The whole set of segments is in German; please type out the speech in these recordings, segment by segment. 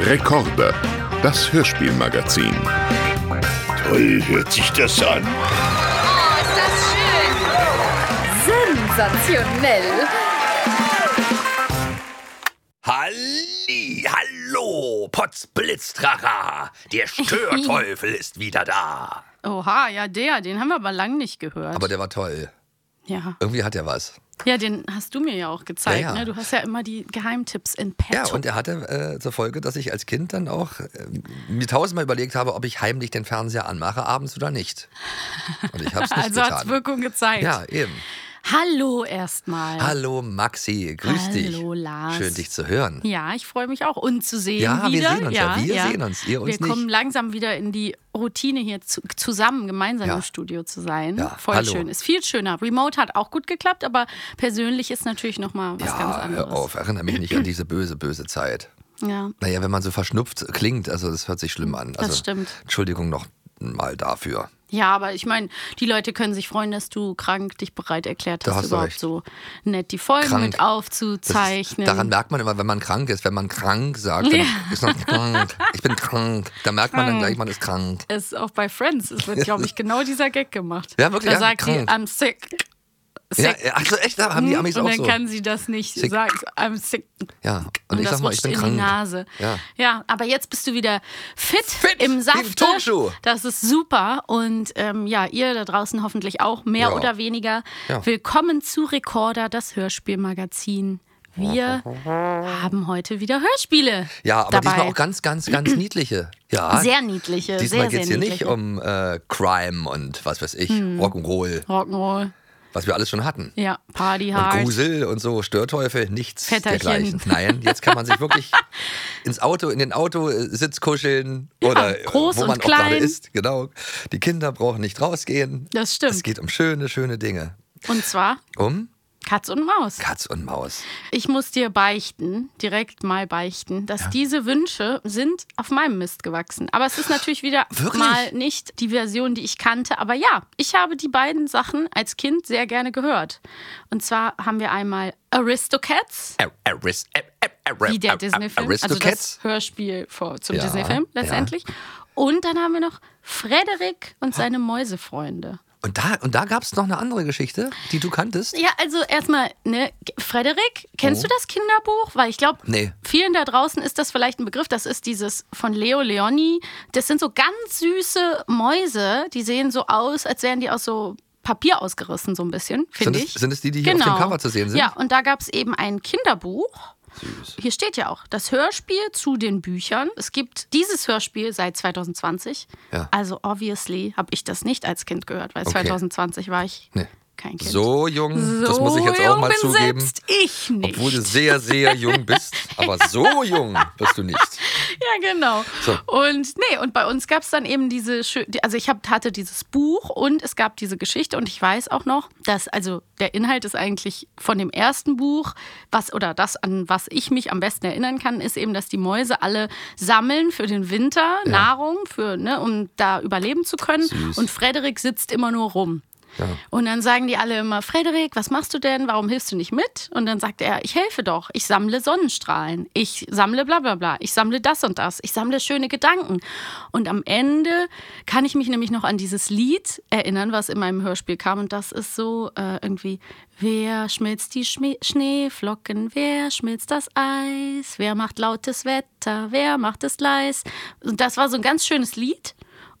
Rekorde, das Hörspielmagazin. Toll hört sich das an. Oh, ist das schön! Sensationell! Halli, hallo, Potzblitztrara, der Störteufel ist wieder da. Oha, ja, der, den haben wir aber lang nicht gehört. Aber der war toll. ja. Irgendwie hat er was. ja, den hast du mir ja auch gezeigt. Ja, ja. Ne? Du hast ja immer die Geheimtipps in petto. Ja, und er hatte äh, zur Folge, dass ich als Kind dann auch äh, mir tausendmal überlegt habe, ob ich heimlich den Fernseher anmache, abends oder nicht. Und ich habe es nicht also hat es getan. Wirkung gezeigt. ja, eben. Hallo erstmal. Hallo Maxi, grüß Hallo, dich. Lars. Schön, dich zu hören. Ja, ich freue mich auch. Und zu sehen Ja, wir wieder. sehen uns ja. Wir sehen uns, ihr uns Wir nicht. kommen langsam wieder in die Routine, hier zu, zusammen, gemeinsam Ja. im Studio zu sein. Ja, Voll hallo. schön. Ist viel schöner. Remote hat auch gut geklappt, aber persönlich ist natürlich nochmal was ganz Ja, anderes. hör auf, erinnere mich nicht an diese böse, böse Zeit. Ja. Naja, wenn man so verschnupft klingt, also das hört sich schlimm an. Also, stimmt. Entschuldigung noch mal dafür. Ja, aber ich meine, die Leute können sich freuen, dass du krank dich bereit erklärt Da hast, hast du überhaupt recht. so nett die Folgen Krank. mit Das aufzuzeichnen. Ist, daran merkt man immer, wenn man krank ist. Wenn man krank sagt, dann ist man krank. Ich bin krank. Da merkt man dann gleich, man ist krank. ist auch bei Friends, es wird, glaube ich, genau dieser Gag gemacht. Ja, wirklich, Da ja, sagt krank. sie, I'm sick. Ja, sick. ja, ach so, echt? Da haben die Amis und auch dann so. kann sie das nicht Sick. sagen. I'm sick. Ja, und ich das sag mal, ich rutscht bin in krank. die Nase. Ja. aber jetzt bist du wieder fit, Fit, wie im ein Saft. Turnschuh. Das ist super. Und ähm, ja, ihr da draußen hoffentlich auch, mehr Ja. oder weniger. Ja. Willkommen zu Recorder, das Hörspielmagazin. Wir haben heute wieder Hörspiele. Ja, aber dabei. diesmal auch ganz, ganz, ganz niedliche. Ja. Sehr niedliche. Diesmal sehr, geht es sehr hier nicht niedliche. Hm. um äh, Crime und was weiß ich, Rock'n'Roll, Rock'n'Roll. was wir alles schon hatten. Ja, Party Und hard. Grusel und so, Störteufel, nichts Väterchen. dergleichen. Nein, jetzt kann man sich wirklich ins Auto, in den Autositz kuscheln oder äh, groß wo und man auch gerade klein. ist. Genau. Die Kinder brauchen nicht rausgehen. Das stimmt. Es geht um schöne, schöne Dinge. Und zwar Um Katz und Maus. Katz und Maus. Ich muss dir beichten, direkt mal beichten, dass diese Wünsche sind auf meinem Mist gewachsen. Aber es ist natürlich wieder Wirklich? mal nicht die Version, die ich kannte. Aber ja, ich habe die beiden Sachen als Kind sehr gerne gehört. Und zwar haben wir einmal Aristocats, Ar- Aris- Ar- Ar- Ar- wie Ar- der Ar- Disney-Film, also Aristocats. das Hörspiel vor- zum Ja, Disney-Film ja. letztendlich. Und dann haben wir noch Frederik und seine Mäusefreunde. und da, und da gab es noch eine andere Geschichte, die du kanntest. Ja, also erstmal, ne, Frederik, kennst du das Kinderbuch? Weil ich glaube, Oh. Nee. vielen da draußen ist das vielleicht ein Begriff. Das ist dieses von Leo Leoni. Das sind so ganz süße Mäuse, die sehen so aus, als wären die aus so Papier ausgerissen, so ein bisschen, Sind finde es- ich. Genau. sind es die, die hier auf dem Cover zu sehen sind? Ja, und da gab es eben ein Kinderbuch. Hier steht ja auch das Hörspiel zu den Büchern. Es gibt dieses Hörspiel seit 2020. Ja. Also obviously habe ich das nicht als Kind gehört, weil Okay. 2020 war ich Nee. kein Kind. So jung, das muss ich jetzt So auch mal jung bin zugeben. Selbst ich nicht. Obwohl du sehr, sehr jung bist, aber so jung bist du nicht. ja, genau. So. Und nee, und bei uns gab es dann eben diese schö- die- also ich hab, hatte dieses Buch und es gab diese Geschichte und ich weiß auch noch, dass, also der Inhalt ist eigentlich von dem ersten Buch, was oder das, an was ich mich am besten erinnern kann, ist eben, dass die Mäuse alle sammeln für den Winter, Nahrung, für, ne, um da überleben zu können. Und Frederik sitzt immer nur rum. Und dann sagen die alle immer, Frederik, was machst du denn? Warum hilfst du nicht mit? Und dann sagt er, ich helfe doch. Ich sammle Sonnenstrahlen. Ich sammle bla bla bla. Ich sammle das und das. Ich sammle schöne Gedanken. Und am Ende kann ich mich nämlich noch an dieses Lied erinnern, was in meinem Hörspiel kam. Und das ist so äh, irgendwie, wer schmilzt die Schme Schneeflocken? Wer schmilzt das Eis? Wer macht lautes Wetter? Wer macht es leis? Und das war so ein ganz schönes Lied.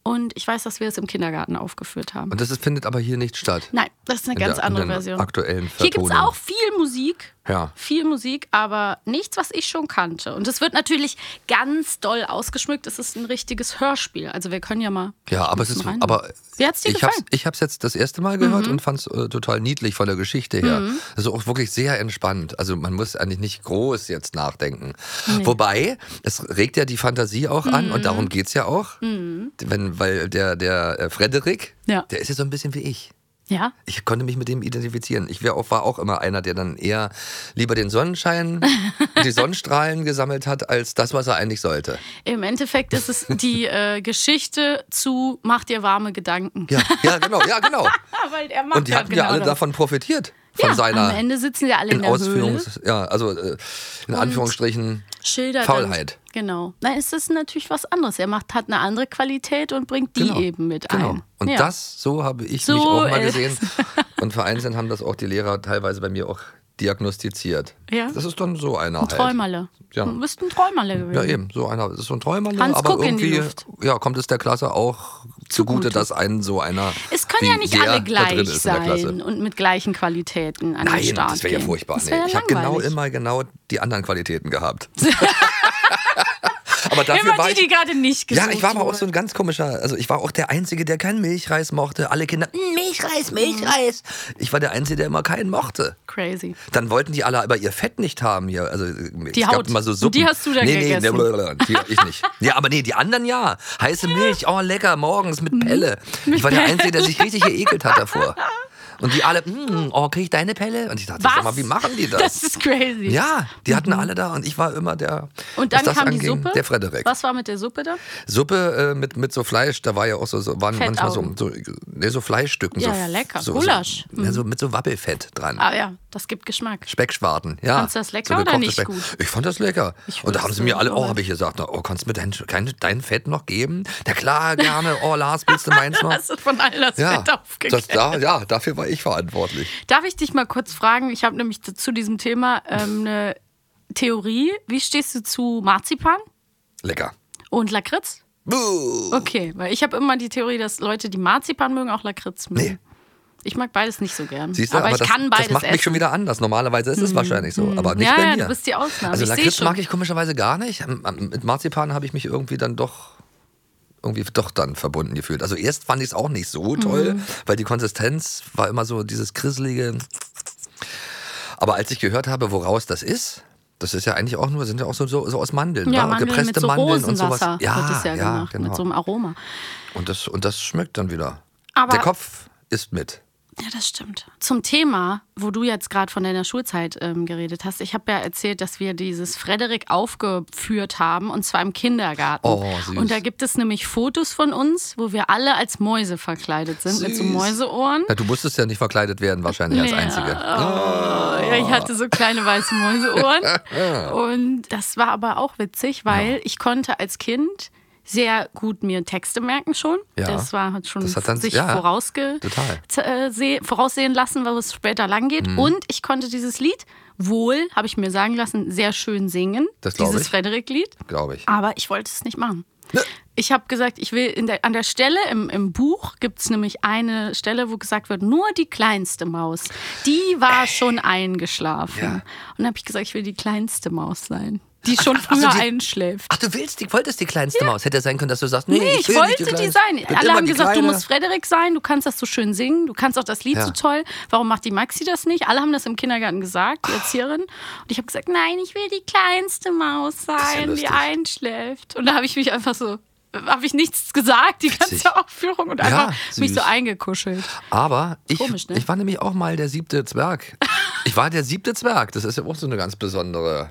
Und ich weiß, dass wir es im Kindergarten aufgeführt haben. Und das ist, findet aber hier nicht statt. Nein, das ist eine In ganz der- in andere den Version. aktuellen Hier gibt es Vertonung. auch viel Musik. Ja. Viel Musik, aber nichts, was ich schon kannte. Und es wird natürlich ganz doll ausgeschmückt. Es ist ein richtiges Hörspiel. Also wir können ja mal. Ja, aber es ist. Rein. Aber Wie hat's dir ich hab's, gefallen? Mhm. ich hab's jetzt das erste Mal gehört und fand's äh, total niedlich von der Geschichte her. Also auch wirklich sehr entspannt. Also man muss eigentlich nicht groß jetzt nachdenken. Wobei, es regt ja die Fantasie auch an Mhm. und darum geht's ja auch. Wenn, weil der, der äh, Frederik, Ja. der ist ja so ein bisschen wie ich. Ja. Ich konnte mich mit dem identifizieren. Ich wär auch, war auch immer einer, der dann eher lieber den Sonnenschein und die Sonnenstrahlen gesammelt hat, als das, was er eigentlich sollte. Im Endeffekt ist es die äh, Geschichte zu Mach dir warme Gedanken. Ja, ja genau, ja, genau. Weil er macht Und die ja hatten genau ja alle das. davon profitiert. von ja, seiner am Ende sitzen ja alle in, in der Höhle. Ausführungs ja, also äh, in Anführungsstrichen Schildert Faulheit. Dann, genau. Na, es ist natürlich was anderes. Er macht, hat eine andere Qualität und bringt die Genau, eben mit genau. ein. Und ja. das, so habe ich So mich auch mal ist- gesehen. Und vereinzelt haben das auch die Lehrer teilweise bei mir auch diagnostiziert. Ja. Das ist dann so einer Ein halt. Träumerle. Ja. Du bist ein Träumerle gewesen. Ja, eben, so einer. Das ist so ein Träumerle, Hans aber Kuck in die irgendwie Luft. ja, kommt es der Klasse auch zugute, Zugute. dass einen so einer. Es können wie ja nicht der alle da drin gleich ist in der Klasse. sein und mit gleichen Qualitäten an den Nein, Start das wäre ja gehen. furchtbar. Das Nee. wär ja ich habe genau langweilig. immer genau die anderen Qualitäten gehabt. aber dafür Immer war die, ich, die gerade nicht gesucht Ja, ich war aber auch wurden. so ein ganz komischer. Also ich war auch der Einzige, der keinen Milchreis mochte. Alle Kinder, "Mm, Milchreis, Milchreis. Ich war der Einzige, der immer keinen mochte. Crazy. Dann wollten die alle aber ihr Fett nicht haben hier. Also die es Haut. gab immer so Und Suppen. die hast du dann nee, nee, gegessen. Nee, blablabla. die, ich nicht. Ja, aber nee, die anderen ja. Heiße Milch, oh lecker, morgens Mhm. mit Pelle. ich war der Einzige, der sich richtig geekelt hat davor. Und die alle, "Mm, oh, krieg ich deine Pelle? Und ich dachte, Was? sag mal, wie machen die das? Das ist crazy. ja, die hatten alle da und ich war immer der. Und dann was das kam die anging, Suppe. Der Frederik. Was war mit der Suppe dann? Suppe äh, mit, mit so Fleisch, da war ja auch so, so waren manchmal so, Fettaugen. so, nee, so Fleischstücken. Ja, so, ja, lecker. So, Gulasch. Mhm. So, ne, so, mit so Wabbelfett dran. Ah ja, das gibt Geschmack. Speckschwarten, ja. Fandst du das lecker so oder gekochte nicht gut? Ich fand das lecker. Ich Und da haben fand's sie mir so alle, oh, gut. habe ich gesagt, na, oh, kannst du mir dein, kein, dein Fett noch geben? Na klar, gerne. Oh, Lars, willst du meins noch? Hast du von all das Ja, Fett das, aufgekriegt? da, ja, dafür war ich verantwortlich. Darf ich dich mal kurz fragen? Ich habe nämlich zu zu diesem Thema ähm, eine Theorie. Wie stehst du zu Marzipan Lecker. und Lakritz? Buh. Okay, weil ich habe immer die Theorie, dass Leute, die Marzipan mögen, auch Lakritz mögen. Nee. Ich mag beides nicht so gern. Siehst du, aber, ich das, kann beides das macht essen. Mhm. mich schon wieder anders. Normalerweise ist es wahrscheinlich so, aber nicht Ja, bei ja, mir. du bist die Ausnahme. Also Ich seh Lakritz schon. mag ich komischerweise gar nicht. Am- am- Mit Marzipan habe ich mich irgendwie dann doch irgendwie doch dann verbunden gefühlt. Also erst fand ich es auch nicht so toll, Mhm. weil die Konsistenz war immer so dieses krisselige. Aber als ich gehört habe, woraus das ist, das ist ja eigentlich auch nur, sind ja auch so, so, so aus Mandeln, ja, wa? Mandeln gepresste mit so Mandeln und sowas. Rosenwasser Ja, wird das ja, ja gemacht, genau. mit so einem Aroma. und, das, und das schmeckt dann wieder. Aber- Der Kopf ist mit. Ja, das stimmt. Zum Thema, wo du jetzt gerade von deiner Schulzeit ähm, geredet hast. Ich habe ja erzählt, dass wir dieses Frederik aufgeführt haben und zwar im Kindergarten. Oh, süß. Und da gibt es nämlich Fotos von uns, wo wir alle als Mäuse verkleidet sind mit so Süß. Mäuseohren. Na, du musstest ja nicht verkleidet werden, wahrscheinlich als Ja. Einzige. Ja, ich hatte so kleine weiße Mäuseohren. Und das war aber auch witzig, weil ich konnte als Kind sehr gut mir Texte merken schon. Ja. Das war hat schon Das hat dann- sich ja, vorausge total. Mhm. z- äh, seh- voraussehen lassen, wo es später lang geht. Und ich konnte dieses Lied wohl, habe ich mir sagen lassen, sehr schön singen. Das glaub dieses ich. Frederik-Lied. Glaube ich. Aber ich wollte es nicht machen. Ne. Ich habe gesagt, ich will in der, an der Stelle im, im Buch gibt es nämlich eine Stelle, wo gesagt wird, nur die kleinste Maus, die war schon eingeschlafen. Ja. Und dann habe ich gesagt, ich will die kleinste Maus sein, die schon früher Also die- einschläft. Ach, du willst die, wolltest die kleinste Maus. Hätte ja sein können, dass du sagst, nee, Nee, ich, ich will nicht wollte die, Kleinste. sein. Ich bin Alle immer haben die gesagt, du Kleine. musst Frederik sein, du kannst das so schön singen, du kannst auch das Lied Ja. so toll. Warum macht die Maxi das nicht? Alle haben das im Kindergarten gesagt, Oh. die Erzieherin. Und ich habe gesagt, nein, ich will die kleinste Maus ist ja sein, die lustig. einschläft. Und da habe ich mich einfach so, habe ich nichts gesagt, die ganze Aufführung und einfach mich süß. so eingekuschelt. Aber ich, Komisch, ne? ich war nämlich auch mal der siebte Zwerg. ich war der siebte Zwerg. Das ist ja auch so eine ganz besondere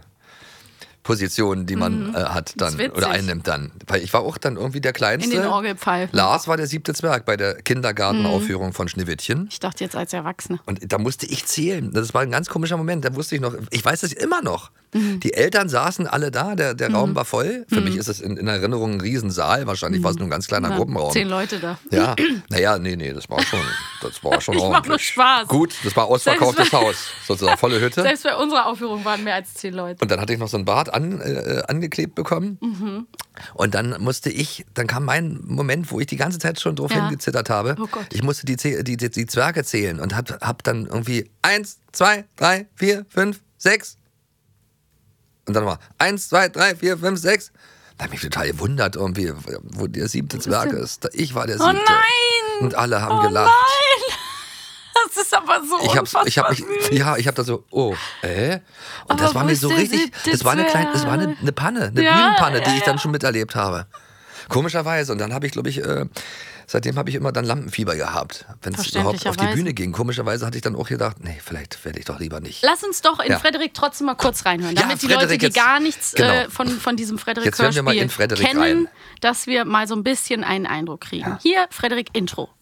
Position, die man äh, hat ist dann witzig. oder einnimmt dann. Weil ich war auch dann irgendwie der Kleinste. In den Orgelpfeifen. Lars war der siebte Zwerg bei der Kindergartenaufführung von Schneewittchen. Ich dachte jetzt als Erwachsene. Und da musste ich zählen. Das war ein ganz komischer Moment. Da wusste ich noch, ich weiß das immer noch. Mhm. Die Eltern saßen alle da, der, der Raum war voll. Für mich ist es in, in Erinnerung ein Riesensaal. Wahrscheinlich war es nur ein ganz kleiner Waren Gruppenraum. Mhm. Zehn Leute da. Ja, naja, nee, nee, das war schon, das war schon Ich mach nur ordentlich. Spaß. Gut, das war ausverkauftes Selbst wenn- Haus, sozusagen, volle Hütte. Selbst bei unserer Aufführung waren mehr als zehn Leute. Und dann hatte ich noch so ein Bart an, äh, angeklebt bekommen. Mhm. Und dann musste ich, dann kam mein Moment, wo ich die ganze Zeit schon drauf Ja. hingezittert habe. Oh Gott. Ich musste die, Zäh- die, die, die Zwerge zählen und hab, hab dann irgendwie eins, zwei, drei, vier, fünf, sechs. Und dann war eins, zwei, drei, vier, fünf, sechs. Da hab ich mich total gewundert, irgendwie, wo der siebte Zwerg ist. Ich war der siebte. Oh nein! Und alle haben Oh gelacht. nein! Das ist aber so ich hab's, unfassbar ich hab mich, süß. ja, ich hab da so, oh, äh? Und das Aber war wo mir ist so der richtig, siebte das war eine kleine, Zwerg? das war eine, eine Panne, eine Ja, Bühnenpanne, die ja, ich dann schon miterlebt habe. Komischerweise. Und dann habe ich, glaube ich, äh, seitdem habe ich immer dann Lampenfieber gehabt, wenn es überhaupt auf die Verständlicherweise. Bühne ging. Komischerweise hatte ich dann auch gedacht, nee, vielleicht werde ich doch lieber nicht. Lass uns doch in Ja. Frederik trotzdem mal kurz reinhören, Ja, damit die Frederik, Leute, die jetzt- gar nichts äh, genau. von, von diesem Frederik Jetzt hören wir mal in Hörspiel Frederik kennen, rein. dass wir mal so ein bisschen einen Eindruck kriegen. Hier, Frederik Intro. Puh,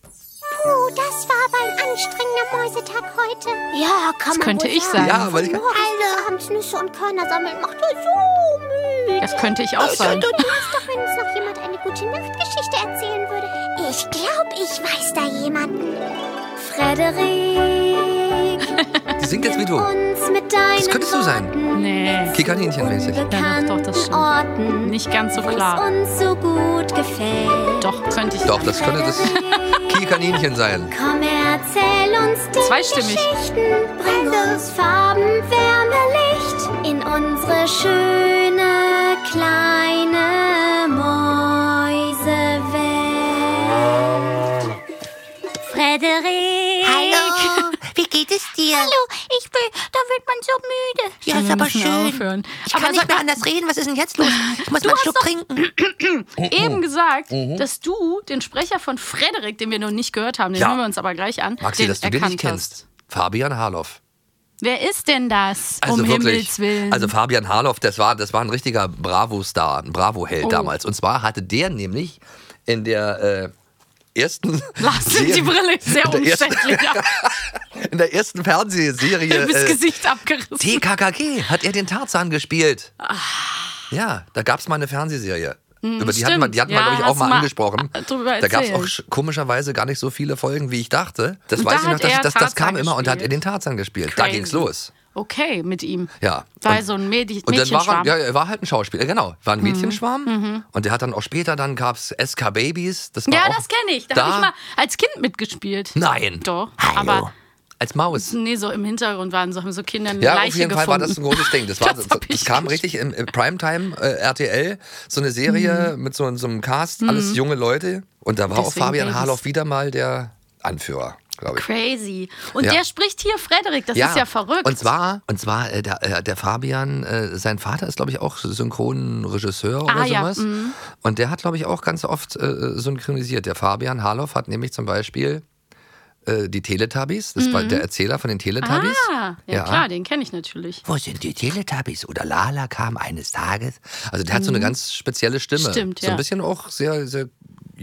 Oh, das war aber ein anstrengender Mäusetag heute. Ja, kann Das man könnte wohl ich sagen. sein. Ja, weil ich- Morgens bis abends Nüsse und Körner sammeln macht ja so müde. Das könnte ich auch sein. Du weißt doch, wenn uns noch jemand eine gute Nachtgeschichte erzählen würde. Ich glaube, ich weiß da jemanden. Frederik, Die singt jetzt wie du. uns mit deinen Das könntest du sein. Nee, Kikaninchen-mäßig. Ja, doch, doch, das stimmt. Orten, nicht ganz so wo es klar. uns so gut gefällt. Doch, könnte ich Doch, das könnte das Kikaninchen sein. Komm, erzähl uns die Zweistimmig. Geschichten. Bring uns Farben, Wärme, Licht in unsere schöne kleine Mäusewelt. Frederik. Hallo, wie geht es dir? Hallo, ich bin, da wird man so müde. Ja, ist Wir aber müssen schön. aufhören. Ich Aber kann nicht sag mal- mehr anders reden. Was ist denn jetzt los? Ich muss mal einen Schluck trinken. Mhm. eben gesagt, dass du den Sprecher von Frederik, den wir noch nicht gehört haben, den Ja. hören wir uns aber gleich an. Maxi, den dass du den nicht erkannt kennst. Fabian Harloff. Hast. Wer ist denn das? Also um wirklich. Himmels Willen. Also Fabian Harloff, das war, das war ein richtiger Bravo-Star, ein Bravo-Held Oh. damals. Und zwar hatte der nämlich in der äh, ersten. Lars, Serie- die Brille ist sehr in der ersten- umständlich. in der ersten Fernsehserie. Bis äh, Gesicht abgerissen. TKKG hat er den Tarzan gespielt. Ah. Ja, da gab es mal eine Fernsehserie. Über die hatten wir, die hatten wir, Hm, stimmt. glaube ich, auch mal, Ja, hast du mal angesprochen. drüber Da gab es erzählt. auch sch- komischerweise gar nicht so viele Folgen, wie ich dachte. Das Und weiß da ich noch, hat dass, er das, das Tarzan kam immer und da hat er gespielt. den Tarzan gespielt. Da Crazy. ging's los. Okay, mit ihm. Ja. War Und- so ein Mädchen. Und dann war er, Mädchenschwarm. Mhm. ja, er war halt ein Schauspieler, genau. War ein Mädchenschwarm. Und der hat dann auch später, dann gab es SK Babies. Das war Ja, auch das kenne ich. Da, Da, habe ich mal als Kind mitgespielt. Nein. Doch. Hallo. Aber als Maus. nee, so im Hintergrund waren so, haben so Kinder eine Ja, Leiche auf jeden gefunden. Fall war das ein großes Ding. Das, war, Das das, hab ich kam richtig im, im Primetime äh, RTL, so eine Serie mit so, so einem Cast, alles junge Leute. Und da war auch Mhm. Deswegen Fabian Babys. Harloff wieder mal der Anführer, glaube ich. Crazy. Und Ja. der spricht hier Frederik, das ist ja verrückt. Und zwar, und zwar äh, der, äh, der Fabian, äh, sein Vater ist, glaube ich, auch Synchronregisseur oder Ah, ja, sowas. Und der hat, glaube ich, auch ganz oft äh, synchronisiert. Der Fabian Harloff hat nämlich zum Beispiel äh, die Teletubbies, das war der Erzähler von den Teletubbies. Mhm. Ah, ja, klar, den kenne ich natürlich. Wo sind die Teletubbies? Oder Lala kam eines Tages. Also der hat so eine ganz spezielle Stimme. Mhm. Stimmt, So ja. ein bisschen auch sehr, sehr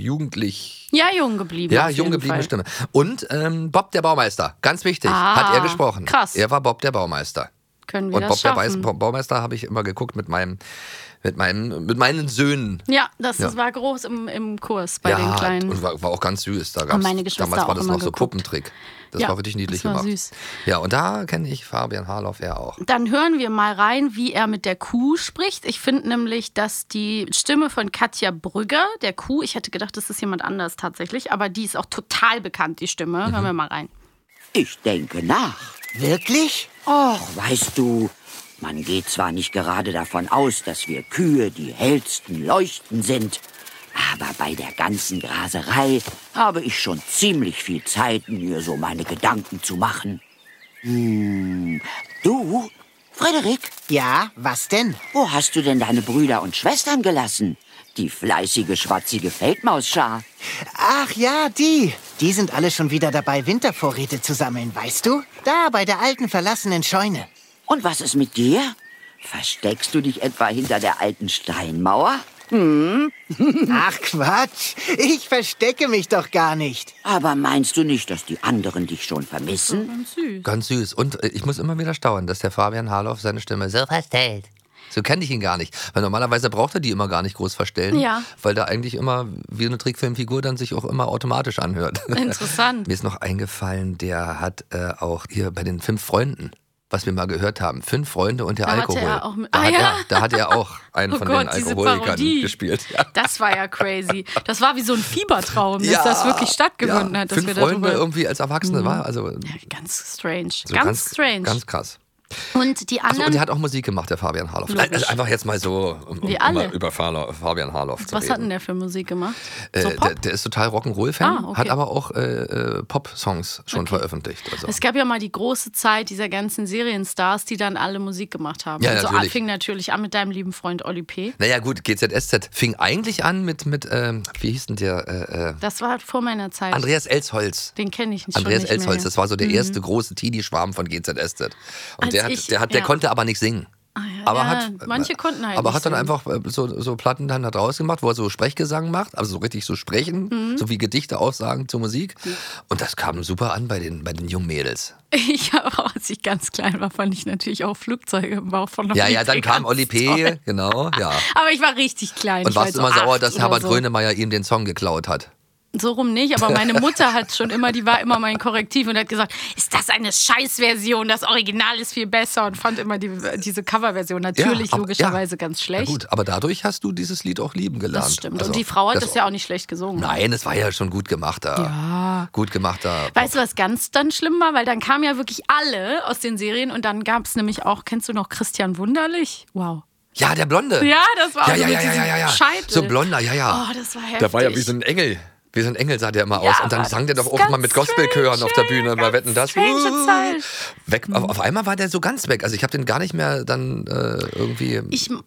jugendlich. Ja, jung geblieben. Ja, auf jung jeden gebliebene Fall. Stimme. Und ähm, Bob der Baumeister, ganz wichtig, Ah, hat er gesprochen. krass. Er war Bob der Baumeister. Können wir Und das Bob der schaffen? Weiß, Baumeister habe ich immer geguckt mit meinem, mit meinem, mit meinen Söhnen. Ja, das Ja. war groß im, im Kurs bei den ja, Kleinen. und war, war auch ganz süß. Da gab's, meine Geschwister damals war auch das immer noch so geguckt. Puppentrick. Das Ja, war richtig niedlich das war gemacht. süß. Ja, und da kenne ich Fabian Harloff ja auch. Dann hören wir mal rein, wie er mit der Kuh spricht. Ich finde nämlich, dass die Stimme von Katja Brügger, der Kuh, ich hätte gedacht, das ist jemand anders tatsächlich, aber die ist auch total bekannt, die Mhm. Stimme. Hören wir mal rein. Ich denke nach. Wirklich? Och, weißt du, man geht zwar nicht gerade davon aus, dass wir Kühe die hellsten Leuchten sind, aber bei der ganzen Graserei habe ich schon ziemlich viel Zeit, mir so meine Gedanken zu machen. Hm, du, Frederik, Ja, was denn? wo hast du denn deine Brüder und Schwestern gelassen? Die fleißige, schwatzige Feldmausschar. Ach ja, die. Die sind alle schon wieder dabei, Wintervorräte zu sammeln, weißt du? Da, bei der alten verlassenen Scheune. Und was ist mit dir? Versteckst du dich etwa hinter der alten Steinmauer? Ach Quatsch, ich verstecke mich doch gar nicht. Aber meinst du nicht, dass die anderen dich schon vermissen? Ganz süß. Und äh, ich muss immer wieder staunen, dass der Fabian Harloff seine Stimme so verstellt. So kenne ich ihn gar nicht. Weil normalerweise braucht er die immer gar nicht groß verstellen. Ja. Weil da eigentlich immer, wie eine Trickfilmfigur, dann sich auch immer automatisch anhört. Interessant. Mir ist noch eingefallen, der hat äh, auch hier bei den fünf Freunden, was wir mal gehört haben, fünf Freunde und der Da hatte Alkohol. er auch mit- da, Ah, hat ja. er, da hat er auch einen Oh von den Gott, diese Alkoholikern Parodie. gespielt. Ja. Das war ja crazy. Das war wie so ein Fiebertraum, dass Ja, das wirklich stattgefunden ja. hat. Dass Fünf wir Freunde darüber, irgendwie als Erwachsene war. Also, ganz strange. so ganz, strange. Ganz krass. und die Achso, und anderen, der hat auch Musik gemacht, der Fabian Harloff. Logisch. Also einfach jetzt mal so um, um, um Wie mal alle. über Fala- Fabian Harloff zu was hat denn reden. der für Musik gemacht? So äh, Pop? der, der ist total Rock'n'Roll-Fan, Ah, okay. hat aber auch äh, äh, Pop-Songs schon veröffentlicht. Also. Es gab ja mal die große Zeit dieser ganzen Serienstars, die dann alle Musik gemacht haben. Ja, Und so natürlich. fing natürlich an mit deinem lieben Freund Oli P. Naja gut, GZSZ fing eigentlich an mit, mit ähm, wie hieß denn der, äh, äh, Das war vor meiner Zeit. Andreas Elsholz. Den kenne ich nicht. Andreas schon nicht Elsholz, mehr. Mhm. das war so der erste große Teenie-Schwarm von GZSZ. Und Als der, hat, ich- der, hat, der ja. Ah, konnte aber nicht singen. ja, Aber ja, hat, manche konnten halt Aber nicht hat dann singen. einfach äh, so, so Platten dann da draus gemacht, wo er so Sprechgesang macht, also so richtig so sprechen, Mhm. so wie Gedichte aussagen zur Musik. Und das kam super an bei den, bei den jungen Mädels. Ich habe auch, als ich ganz klein war, fand ich natürlich auch Flugzeuge im Bauch von Ja, Olli ja, dann P. kam ganz Oli P., toll. genau, ja. Aber ich war richtig klein. Und ich war warst so immer sauer, acht dass oder Herbert so. Grönemeyer ihm den Song geklaut hat. So rum nicht, aber meine Mutter hat schon immer, die war immer mein Korrektiv und hat gesagt, ist das eine Scheißversion? Das Original ist viel besser und fand immer die, diese Coverversion natürlich aber- logischerweise ja. ganz Na schlecht. gut, aber dadurch hast du dieses Lied auch lieben gelernt. das stimmt. Also, und die Frau hat das- das ja auch nicht schlecht gesungen. Nein, es war ja schon gut gemachter. Ja. Gut gemachter. Weißt du, was ganz dann schlimm war? Weil dann kamen ja wirklich alle aus den Serien und dann gab es nämlich auch, kennst du noch Christian Wunderlich? Wow. Ja, der Blonde. Ja, das ja, war auch ja, so ja, mit ja, ja, diesem ja, ja. Scheitel. So blonder, ja, ja. Oh, das war heftig. Der war ja wie so ein Engel. Wie so ein Engel sah der immer aus. Und dann aber sang der doch das auch ist immer mit ganz Gospelchören auf der strange, Bühne. ja, Bei Wetten, ganz das. strange Zeit. Mhm. Weg. Auf, auf einmal war der so ganz weg. Also ich habe den gar nicht mehr dann äh, irgendwie. Ich wahrgenommen,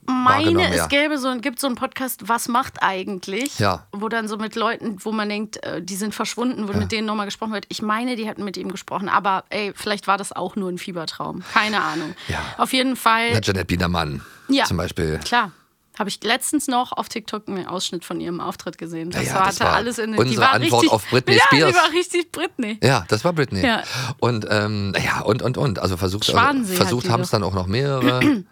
meine, ja. es gäbe so, gibt so einen Podcast, Was macht eigentlich? Ja. Wo dann so mit Leuten, wo man denkt, äh, die sind verschwunden, wo mit denen nochmal gesprochen wird. Ich meine, die hätten mit ihm gesprochen. Aber ey, vielleicht war das auch nur ein Fiebertraum. Keine Ahnung. Ja. Auf jeden Fall. Na, Janet Biedermann Ja. zum Beispiel. Klar. Habe ich letztens noch auf TikTok einen Ausschnitt von ihrem Auftritt gesehen. Das, Ja, ja, war, das hatte war alles in die unsere war Antwort richtig, auf Britney ja, Spears. Die war richtig Britney. Ja, das war Britney. Ja. Und ähm, ja, und und und. Also versucht, also, Schwansee hat versucht die haben es doch. dann auch noch mehrere.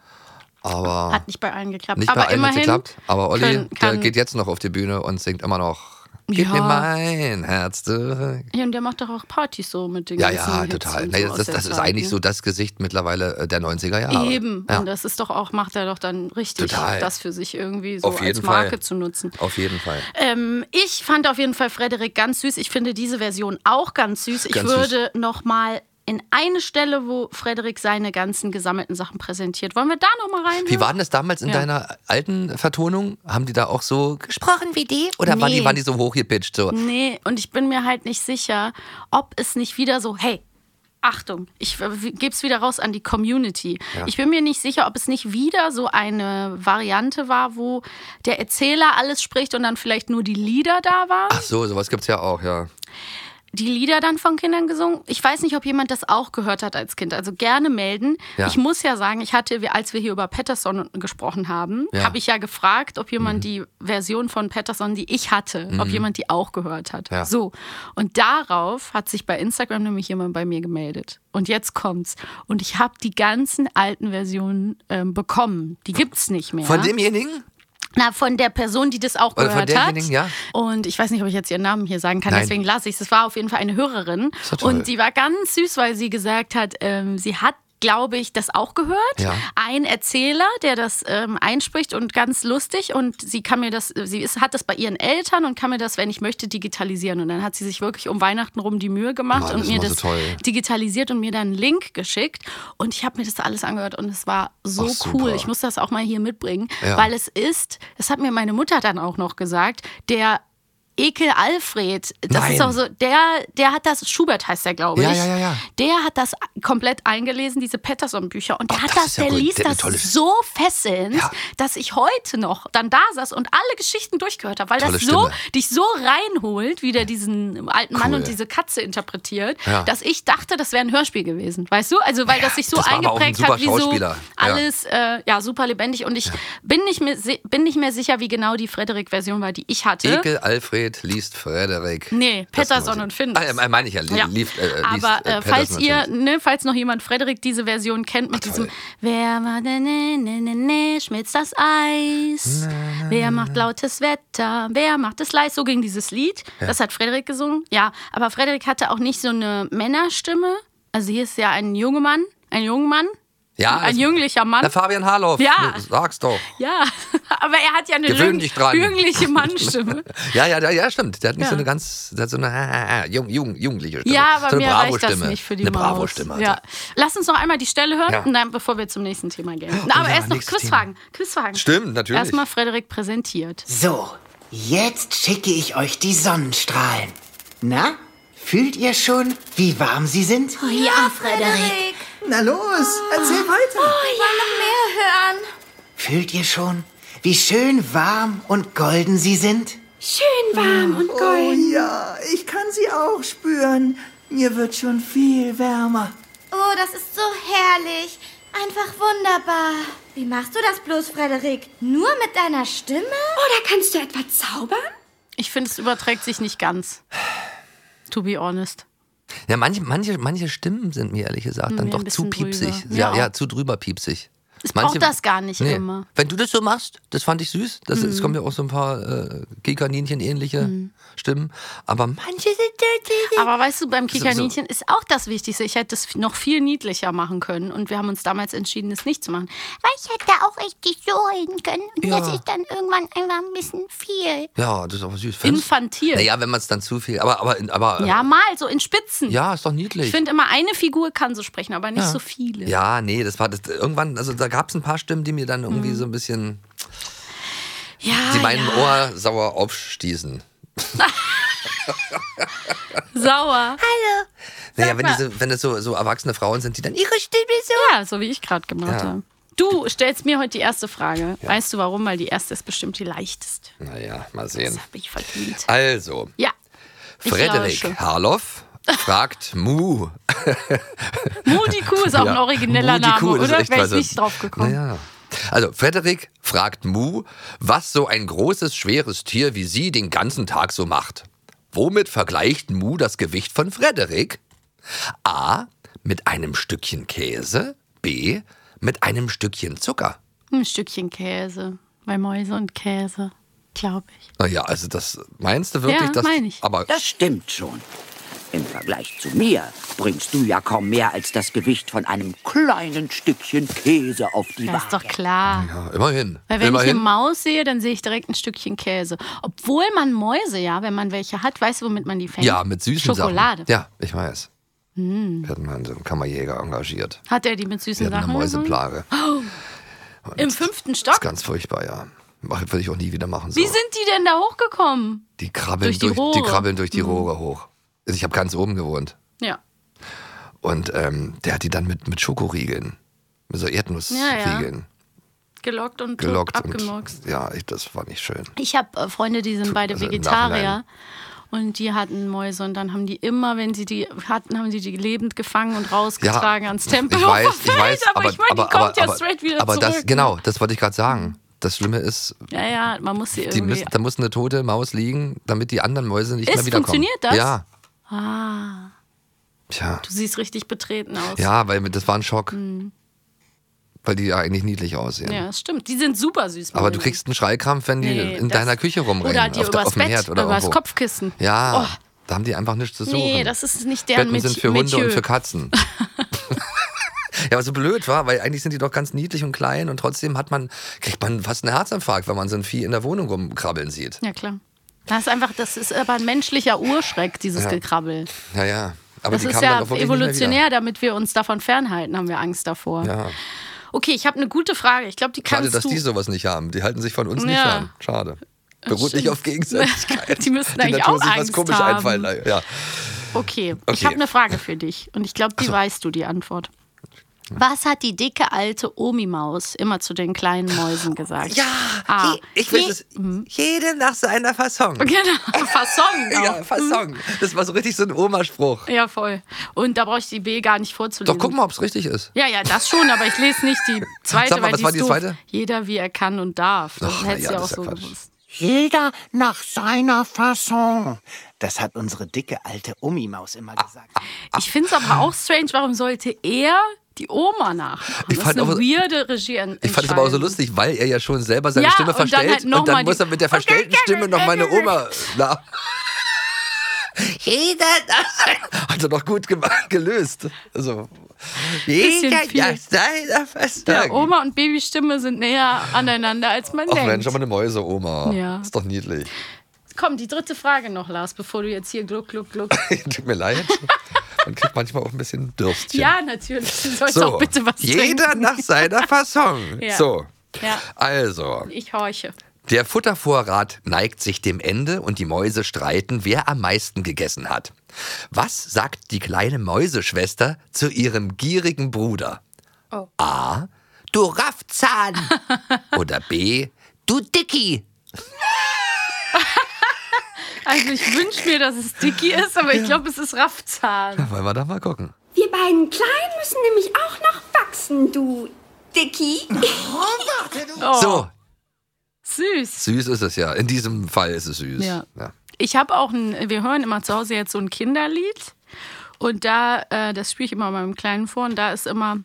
Aber Hat nicht bei allen geklappt. nicht aber bei allen hat's immerhin geklappt. Aber Olli, kann, der kann, geht jetzt noch auf die Bühne und singt immer noch. Gib Ja. mir mein Herz zurück. Ja, und der macht doch auch Partys so mit den Ja, ganzen ja, Hits total. und Nee, so aus das, der das ist Zeit, eigentlich ne? so das Gesicht mittlerweile äh, der 90er Jahre. Eben. Ja. Und das ist doch auch, macht er doch dann richtig, Total. das für sich irgendwie so Auf jeden als Marke Fall. zu nutzen. Auf jeden Fall. Ähm, ich fand auf jeden Fall Frederik ganz süß. Ich finde diese Version auch ganz süß. Ich Ganz würde noch mal in eine Stelle, wo Frederik seine ganzen gesammelten Sachen präsentiert. Wollen wir da noch mal rein? Wie war denn das damals in Ja. deiner alten Vertonung? Haben die da auch so gesprochen wie die? Oder waren, die, Nee. waren die so hochgepitcht? So? Nee, und ich bin mir halt nicht sicher, ob es nicht wieder so, hey, Achtung, ich gebe es wieder raus an die Community. Ich bin mir nicht sicher, ob es nicht wieder so eine Variante war, wo der Erzähler alles spricht und dann vielleicht nur die Lieder da waren. Ach so, sowas gibt's ja auch, ja. die Lieder dann von Kindern gesungen. Ich weiß nicht, ob jemand das auch gehört hat als Kind. Also gerne melden. Ja. Ich muss ja sagen, ich hatte, als wir hier über Patterson gesprochen haben, Ja. Mhm. habe ich ja gefragt, ob jemand die Version von Patterson, die ich hatte, ob jemand die auch gehört hat. Ja. So. Und darauf hat sich bei Instagram nämlich jemand bei mir gemeldet. Und jetzt kommt's. Und ich habe die ganzen alten Versionen ähm, bekommen. Die gibt's nicht mehr. Von demjenigen? Na, von der Person, die das auch Oder gehört Äh, von hat. derjenigen, ja. Und ich weiß nicht, ob ich jetzt ihren Namen hier sagen kann, Nein. deswegen lasse ich es. Es war auf jeden Fall eine Hörerin. Ist doch toll. Und sie war ganz süß, weil sie gesagt hat, ähm, sie hat glaube ich, das auch gehört. Ja. Ein Erzähler, der das ähm, einspricht und ganz lustig und sie kann mir das, sie ist, hat das bei ihren Eltern und kann mir das, wenn ich möchte, digitalisieren. Und dann hat sie sich wirklich um Weihnachten rum die Mühe gemacht Mann, und ist mir immer so das toll. digitalisiert und mir dann einen Link geschickt und ich habe mir das alles angehört und es war so Ach, cool. super. Ich muss das auch mal hier mitbringen, Ja. weil es ist, das hat mir meine Mutter dann auch noch gesagt, der Ekel Alfred, das Nein. ist auch so, der, der hat das, Schubert heißt der, glaube Ja, ich. ja, ja, ja. Der hat das komplett eingelesen, diese Patterson-Bücher. Und der Oh, hat das das, ist ja der wohl- liest der hat eine das tolle- so fesselnd, Ja. dass ich heute noch dann da saß und alle Geschichten durchgehört habe, weil Tolle das so Stimme. dich so reinholt, wie der diesen alten Mann Cool. und diese Katze interpretiert, Ja. dass ich dachte, das wäre ein Hörspiel gewesen. Weißt du? Also, weil Naja, das sich so das war aber auch ein eingeprägt super hat, wie so Schauspieler. Ja. alles äh, ja, super lebendig. Und ich bin, nicht mehr, si- bin nicht mehr sicher, wie genau die Frederik-Version war, die ich hatte. Ekel Alfred liest Frederik. Äh? Nee, Das muss Patterson ich- und Finn. Ah, äh, meine ich ja. Li Ja. Lief, äh, liest, Aber äh, äh, falls Patterson ihr, und ne, falls noch jemand Frederik diese Version kennt mit diesem Wer war denn, ne, ne, ne, ne, schmilzt das Eis? Wer macht lautes Wetter? Wer macht es leis? So ging dieses Lied. Das hat Frederik gesungen. Ja, aber Frederik hatte auch nicht so eine Männerstimme. Also hier ist ja ein junger Mann, ein junger Mann, Ja, also ein das- jünglicher Mann. Na, Fabian Harloff. Ja. Sag's doch. ja, aber er hat ja eine Gewöhn jüng- dich dran. jüngliche Mannstimme. Ja, ja, ja, ja, stimmt. Der hat nicht Ja. so eine ganz, der hat so eine äh, äh, jung, jung, jugendliche Stimme. Ja, aber so eine mir reicht das Bravo-Stimme. nicht für die Eine also. Maus. Bravo-Stimme. hat ja. er. Lass uns noch einmal die Stelle hören, Ja. und dann, bevor wir zum nächsten Thema gehen. Na, aber ja, erst noch nächstes Quizfragen. Quizfragen. Stimmt, natürlich. Erstmal Frederik präsentiert. So, jetzt schicke ich euch die Sonnenstrahlen. Na, fühlt ihr schon, wie warm sie sind? Oh Ja, Frederik. Ah. Oh. Na los, erzähl weiter. Ich will noch mehr hören. Fühlt ihr schon, wie schön warm und golden sie sind? Schön warm und Oh golden. ja, ich kann sie auch spüren. Mir wird schon viel wärmer. Oh, das ist so herrlich. Einfach wunderbar. Wie machst du das bloß, Frederik? Nur mit deiner Stimme? Oder Oh, kannst du etwa zaubern? Ich finde, es überträgt sich nicht ganz. To be honest. Ja, manche, manche, manche Stimmen sind mir ehrlich gesagt dann Mir Hm, ein doch zu bisschen piepsig. drüber. Ja, Ja. ja, zu drüber piepsig. Es braucht das gar nicht immer. Wenn du das so machst, das fand ich süß. Das, Es Mhm. kommen ja auch so ein paar äh, Gehkaninchen-ähnliche Mhm. Stimmen. Aber manche. Aber weißt du, beim So- so. Kikaninchen ist auch das Wichtigste. Ich hätte es noch viel niedlicher machen können und wir haben uns damals entschieden, es nicht zu machen. Weil ich hätte auch richtig so reden können. Ja. Das ist dann irgendwann einfach ein bisschen viel. Ja, das ist aber süß. Infantil. Naja, wenn man es dann zu viel. Aber, aber, aber Ja, mal so in Spitzen. Also ja, ist doch niedlich. Ich finde immer, eine Figur kann so sprechen, aber nicht Ja. so viele. Ja, nee, das war das. Irgendwann, also da gab es ein paar Stimmen, die mir dann irgendwie so ein bisschen. Mhm. Ah, Ja, die meinen Ohr sauer aufstießen. Sauer. Hallo. Naja, wenn, mal. diese, wenn das so, so erwachsene Frauen sind, die dann. Ihre Stimme so. Ja, so wie ich gerade gemacht Ja. habe. Du stellst mir heute die erste Frage. Weißt du warum? Weil die erste ist bestimmt die leichteste. Naja, mal sehen. Ich verdient. Also, Ja. Ich lausche. Frederik Harloff fragt Mu. Mutti Kuh ist auch ein Ja, origineller Mu, die Name, Kuh ist oder? echt Wäre ich was. nicht drauf gekommen. Naja. Also, Frederik fragt Mu, was so ein großes, schweres Tier wie sie den ganzen Tag so macht. Womit vergleicht Mu das Gewicht von Frederik? A. Mit einem Stückchen Käse. B. Mit einem Stückchen Zucker. Ein Stückchen Käse. Bei Mäuse und Käse, glaube ich. Naja, also das meinst du wirklich? Ja, dass, meine ich. Aber Das stimmt schon. Im Vergleich zu mir bringst du ja kaum mehr als das Gewicht von einem kleinen Stückchen Käse auf die Das ist doch Waage. klar. Ja, immerhin. Weil wenn ich immerhin. eine Maus sehe, dann sehe ich direkt ein Stückchen Käse. Obwohl man Mäuse, ja, wenn man welche hat, weißt du, womit man die fängt? ja, mit süßen Schokolade. Sachen. Ja, ich weiß. Hm. Wir hatten mal so einen Kammerjäger engagiert. Hat er die mit süßen Wir hatten eine Sachen? Mäuseplage. gefangen? Oh, Im fünften Stock? Ganz furchtbar, ja. Mach- Würde ich auch nie wieder machen. So. Wie sind die denn da hochgekommen? Die krabbeln Durch durch die, durch, die die, Rohre. Mhm. krabbeln durch die Rohre hoch. Also ich habe ganz oben gewohnt. Ja. Und ähm, der hat die dann mit, mit Schokoriegeln, mit so Erdnussriegeln Gelockt und gelockt. abgemurkst. Und, ja, ich, das war nicht schön. Ich habe äh, Freunde, die sind beide also im Vegetarier. Nachhinein. Und die hatten Mäuse und dann haben die immer, wenn sie die hatten, haben sie die lebend gefangen und rausgetragen ans Tempel. Ich weiß, ich Feld, weiß. aber, ich meine, die kommt ja straight wieder aber zurück. Das, genau, das wollte ich gerade sagen. Das Schlimme ist, Ja, ja, man muss sie die irgendwie. müssen, da muss eine tote Maus liegen, damit die anderen Mäuse nicht Ist- mehr wiederkommen. funktioniert das? Ja, ah, tja. du siehst richtig betreten aus. Ja, weil das war ein Schock, Hm. weil die ja eigentlich niedlich aussehen. Ja, das stimmt. Die sind super süß. Aber du Mäuse. kriegst einen Schreikrampf, wenn die Nee, in das- deiner Küche rumrennen. Oder die auf, der- übers auf dem Bett, Herd oder übers irgendwo. Kopfkissen. Ja, Oh. da haben die einfach nichts zu suchen. Nee, das ist nicht deren Betten sind Meti- für Hunde Metier. und für Katzen. ja, aber so blöd war, weil eigentlich sind die doch ganz niedlich und klein und trotzdem hat man, kriegt man fast einen Herzinfarkt, wenn man so ein Vieh in der Wohnung rumkrabbeln sieht. Ja, klar. Das ist einfach, das ist aber ein menschlicher Urschreck, dieses Ja. Gekrabbel. Ja, ja. Aber Das die ist kamen ja dann auch wirklich nicht mehr evolutionär, damit wir uns davon fernhalten, haben wir Angst davor. wieder. Ja. Okay, ich habe eine gute Frage. Ich glaube, die kannst Schade, dass du. die sowas nicht haben. Die halten sich von uns nicht Ja. fern. Schade. Beruht nicht Stimmt. auf Gegenseitigkeit. Die müssten die eigentlich Natur auch sich was Angst komisch haben. einfallen. lassen. Ja. Okay, ich Okay. habe eine Frage für dich und ich glaube, die weißt du die Antwort. Was hat die dicke alte Omi-Maus immer zu den kleinen Mäusen gesagt? Ja, ah, mhm. Ich will es jedem nach seiner Fasson. Genau, Fasson. Auch. Ja, Fasson. Das war so richtig so ein Omaspruch. Ja, voll. Und da brauche ich die B gar nicht vorzulesen. Doch guck mal, ob es richtig ist. Ja, ja, das schon, aber ich lese nicht die zweite, Sag mal, weil was die war ist die doof. zweite? Jeder, wie er kann und darf. Das Ach, na hätte ja, sie das auch ist ja so Quatsch. gewusst. Jeder nach seiner Fasson. Das hat unsere dicke alte Omi-Maus immer gesagt. Ich finde es aber auch strange, warum sollte er die Oma nach? Ich Das ist fand eine aber so- weirde Regie. Ich fand es aber auch so lustig, weil er ja schon selber seine Ja, Stimme und dann verstellt halt noch und dann mal die- muss er mit der verstellten Stimme noch meine Oma nach. Jeder nach Hat er doch gut gemacht, gelöst. Also, Bisschen jeder viel. nach seiner Ja, Fasson. Oma und Babystimme sind näher aneinander, als man Ach denkt. Mensch, aber eine Mäuse-Oma. Ja. Ist doch niedlich. Komm, die dritte Frage noch, Lars, bevor du jetzt hier gluck, gluck, gluck. Tut mir leid. Man kriegt manchmal auch ein bisschen Dürstchen. ja, natürlich. Du sollst so, auch bitte was jeder trinken. nach seiner Fasson. Ja. So, Ja, also, ich horche. der Futtervorrat neigt sich dem Ende und die Mäuse streiten, wer am meisten gegessen hat. Was sagt die kleine Mäuseschwester zu ihrem gierigen Bruder? Oh. A. Du Raffzahn. Oder B. Du Dicky. Also ich wünsche mir, dass es Dicky ist, aber ich glaube, es ist Raffzahn. Wollen wir da mal gucken. Wir beiden Kleinen müssen nämlich auch noch erwachsen, du Dicky. Oh. So, Süß. süß ist es ja. In diesem Fall ist es süß. Ja. Ich habe auch ein, wir hören immer zu Hause jetzt so ein Kinderlied. Und da, äh, das spiele ich immer meinem Kleinen vor und da ist immer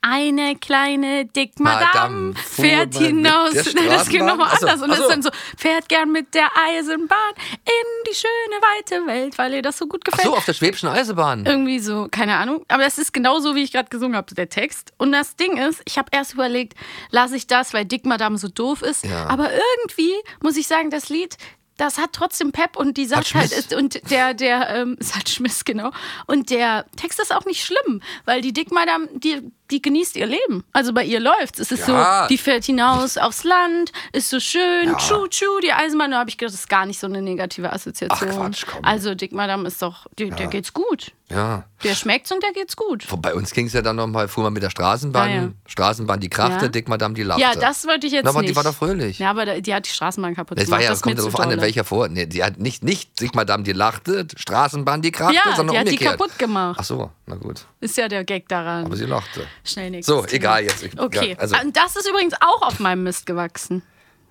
eine kleine dick Madame Madame fuhr fährt mal mit hinaus. der Nein, das geht Straßenbahn. nochmal Ach so, anders. und ach das ist so. dann so, fährt gern mit der Eisenbahn in die schöne weite Welt, weil ihr das so gut Ach gefällt. so, auf der Schwäbischen Eisenbahn. Irgendwie so, keine Ahnung. Aber das ist genau so, wie ich gerade gesungen habe, der Text. Und das Ding ist, ich habe erst überlegt, lasse ich das, weil Dick Madame so doof ist. Ja. Aber irgendwie muss ich sagen, das Lied. Das hat trotzdem Pep und die sagt halt, Schmiss. ist, und der, der, ähm, es hat Schmiss, genau. Und der Text ist auch nicht schlimm, weil die Dick Madame, die, die genießt ihr Leben. Also bei ihr läuft's. Es ist Ja. so, die fährt hinaus aufs Land, ist so schön, Ja. tschu, tschu, die Eisenbahn. Da habe ich gedacht, das ist gar nicht so eine negative Assoziation. Ach, Quatsch, komm. Also Dick Madame ist doch, die, der geht's gut. Ja. Der schmeckt's und der geht's gut. Bei uns ging es ja dann nochmal, fuhr man mit der Straßenbahn, Ah, ja. Straßenbahn, die krachte, Ja. Dick Madame, die lachte. Ja, das wollte ich jetzt Na, aber nicht. die war doch fröhlich. Ja, aber da- die hat die Straßenbahn kaputt Es war gemacht. ja, das es ist kommt mir zu darauf an, in dolle. welcher Form. Nee, die hat nicht, nicht Dick Madame, die lachte, Straßenbahn, die krachte, Ja, sondern die hat die umgekehrt. kaputt gemacht. Ach so, na gut. Ist ja der Gag daran. Aber sie lachte. Schnell nächstes So, Thema. egal jetzt. Ich- Okay. ja, also- Und das ist übrigens auch auf meinem Mist gewachsen.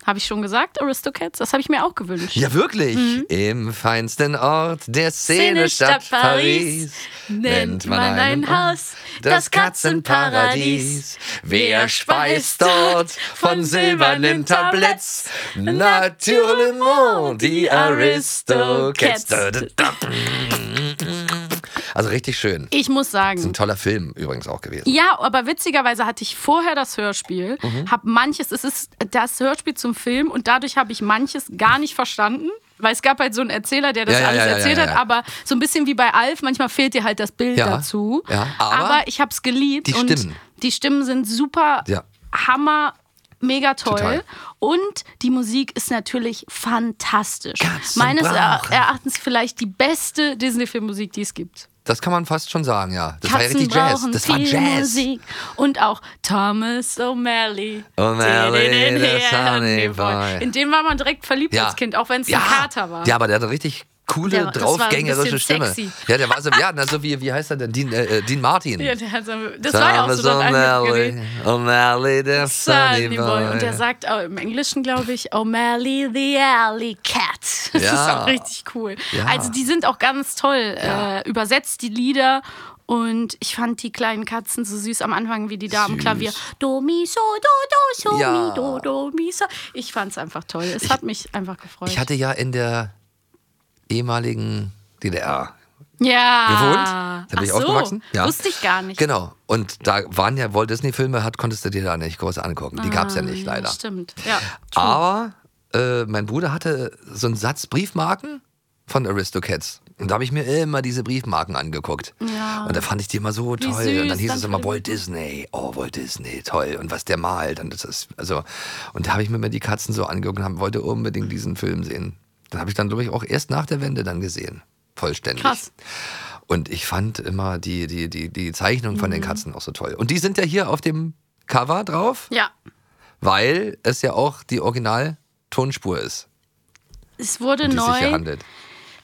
Habe ich schon gesagt, Aristocats? Das habe ich mir auch gewünscht. Ja, wirklich. Im feinsten Ort der Szene Stadt Paris nennt man einen Ort Haus das Katzenparadies. Wer speist dort von silbernen Tabletts? Naturellement die Aristocats. Also richtig schön. Ich muss sagen, Ist ein toller Film übrigens auch gewesen. Mhm. Ja, aber witzigerweise hatte ich vorher das Hörspiel, hab manches, es ist das Hörspiel zum Film und dadurch habe ich manches gar nicht verstanden. Weil es gab halt so einen Erzähler, der das Ja, ja, alles ja, ja, erzählt ja, ja. hat, aber so ein bisschen wie bei Alf, manchmal fehlt dir halt das Bild Ja, dazu. ja, aber aber, ich habe es geliebt. die Stimmen. Und die Stimmen sind super Ja. Hammer, mega toll. Total. Und die Musik ist natürlich fantastisch. Meines Er brauchen. Erachtens vielleicht die beste Disney-Filmmusik, die es gibt. Das kann man fast schon sagen, ja. Das war ja Katzen richtig Jazz. brauchen Das war viel Jazz. Musik. Und auch Thomas O'Malley. O'Malley, Did it in der here, Sunny Honey Boy. Boy. In dem war man direkt verliebt Ja. als Kind, auch wenn es ja. ein Kater war. Ja, aber der hat eine richtig coole, Der war- das war ein draufgängerische bisschen Stimme. sexy. Ja, der war so, ja, na, so wie, wie heißt er denn? Dean, äh, äh, Dean Martin. Ja, der hat so, das war ja auch Thomas so dort O'Malley, angekündigt. O'Malley, Oh, der Sunny Boy. Und der sagt auch im Englischen, glaube ich, O'Malley the Alley Cat. Das ist Ja. auch richtig cool. Ja. Also die sind auch ganz toll äh, übersetzt, die Lieder. Und ich fand die kleinen Katzen so süß am Anfang, wie die da am Süß. Klavier Do mi so, do do so Ja. mi do do mi so. Ich fand's einfach toll. Es hat mich einfach gefreut. Ich hatte ja in der ehemaligen DDR ja. gewohnt. Da bin Ah. Ach ich so. aufgewachsen. Ja. Wusste ich gar nicht. Genau. Und da waren ja Walt Disney-Filme, hat konntest du dir da nicht groß angucken. Ah, Die gab es ja nicht, Ja, leider. Hm, Stimmt. Ja. Aber äh, mein Bruder hatte so einen Satz Briefmarken von Aristocats. Und da habe ich mir immer diese Briefmarken angeguckt. Ja. Und da fand ich die immer so toll. süß, und dann hieß dann es immer für- Walt Disney. Oh, Walt Disney, toll. Und was der malt. Und, das ist, also, und da habe ich mir immer die Katzen so angeguckt und hab- wollte unbedingt diesen Film sehen. Dann habe ich dann, glaube ich, auch erst nach der Wende dann gesehen. Vollständig. Krass. Und ich fand immer die, die, die, die Zeichnung von Mhm. den Katzen auch so toll. Und die sind ja hier auf dem Cover drauf Ja. weil es ja auch die Original-Tonspur ist, Es wurde um die es sich hier neu handelt.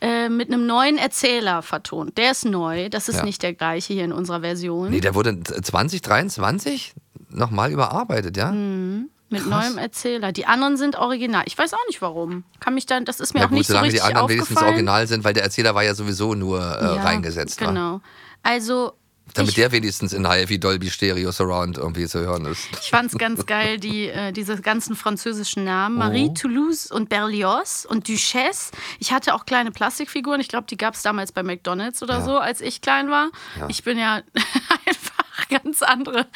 äh, mit einem neuen Erzähler vertont. Der ist neu, das ist Ja. nicht der gleiche hier in unserer Version. Nee, der wurde 2023 nochmal überarbeitet, ja? Hm. mit neuem Erzähler. Die anderen sind original. Ich weiß auch nicht warum. Kann mich dann, das ist mir Na auch nicht so solange richtig die anderen wenigstens aufgefallen. original sind, weil der Erzähler war ja sowieso nur äh, Ja, reingesetzt. wa? Genau. Also Damit ich, der wenigstens in HFI Dolby Stereo Surround irgendwie zu hören ist. ich fand es ganz geil, die, äh, diese ganzen französischen Namen. Marie, Oh. Toulouse und Berlioz und Duchesse. Ich hatte auch kleine Plastikfiguren. Ich glaube, die gab es damals bei McDonalds oder so, als ich klein war. Ich bin ja einfach ganz andere,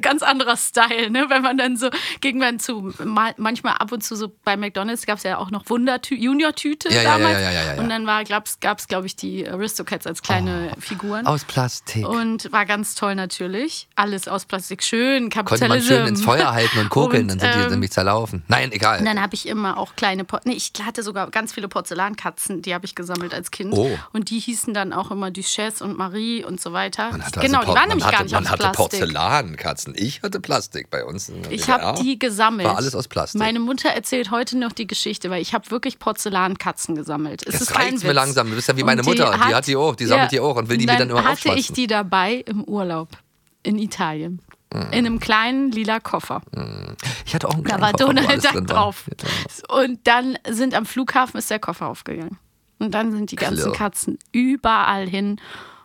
ganz anderer Style, ne? Wenn man dann so ging man zu mal, manchmal ab und zu so bei McDonalds gab es ja auch noch Wundertü Junior-Tüte Ja, ja, ja, damals. ja, ja, Oh. ja, ja. Und dann war, gab's, gab's, glaube ich, die Aristocats als kleine Figuren. Aus Plastik. Und war ganz toll natürlich. Alles aus Plastik. Schön, Konnte Kapitalismus. man schön ins Feuer halten und kokeln, dann sind die ähm, nämlich zerlaufen. Nein, egal. Und dann habe ich immer auch kleine, Por nee, ich hatte sogar ganz viele Porzellankatzen, die habe ich gesammelt als Kind. Oh. Und die hießen dann auch immer Duchesse und Marie und so weiter. Man hatte genau, also Por- die waren nämlich man hatte, gar nicht Man aus hatte Plastik. Porzellankatzen. Ich hatte Plastik bei uns. in der Ich DDR. habe die gesammelt. War alles aus Plastik. Meine Mutter erzählt heute noch die Geschichte, weil ich habe wirklich Porzellankatzen gesammelt. Es Jetzt ist kein reicht's Witz. mir langsam. Du bist ja wie meine Mutter. Die hat die auch, die sammelt die auch und will die mir dann immer hatte aufschwatzen. ich die dabei im Urlaub. in Italien. Mhm. In einem kleinen lila Koffer. Ich hatte auch einen Da kleinen war Koffer, wo Donald alles Duck drin war. drauf. Und dann sind am Flughafen ist der Koffer aufgegangen. Und dann sind die ganzen Klar. Katzen überall hin.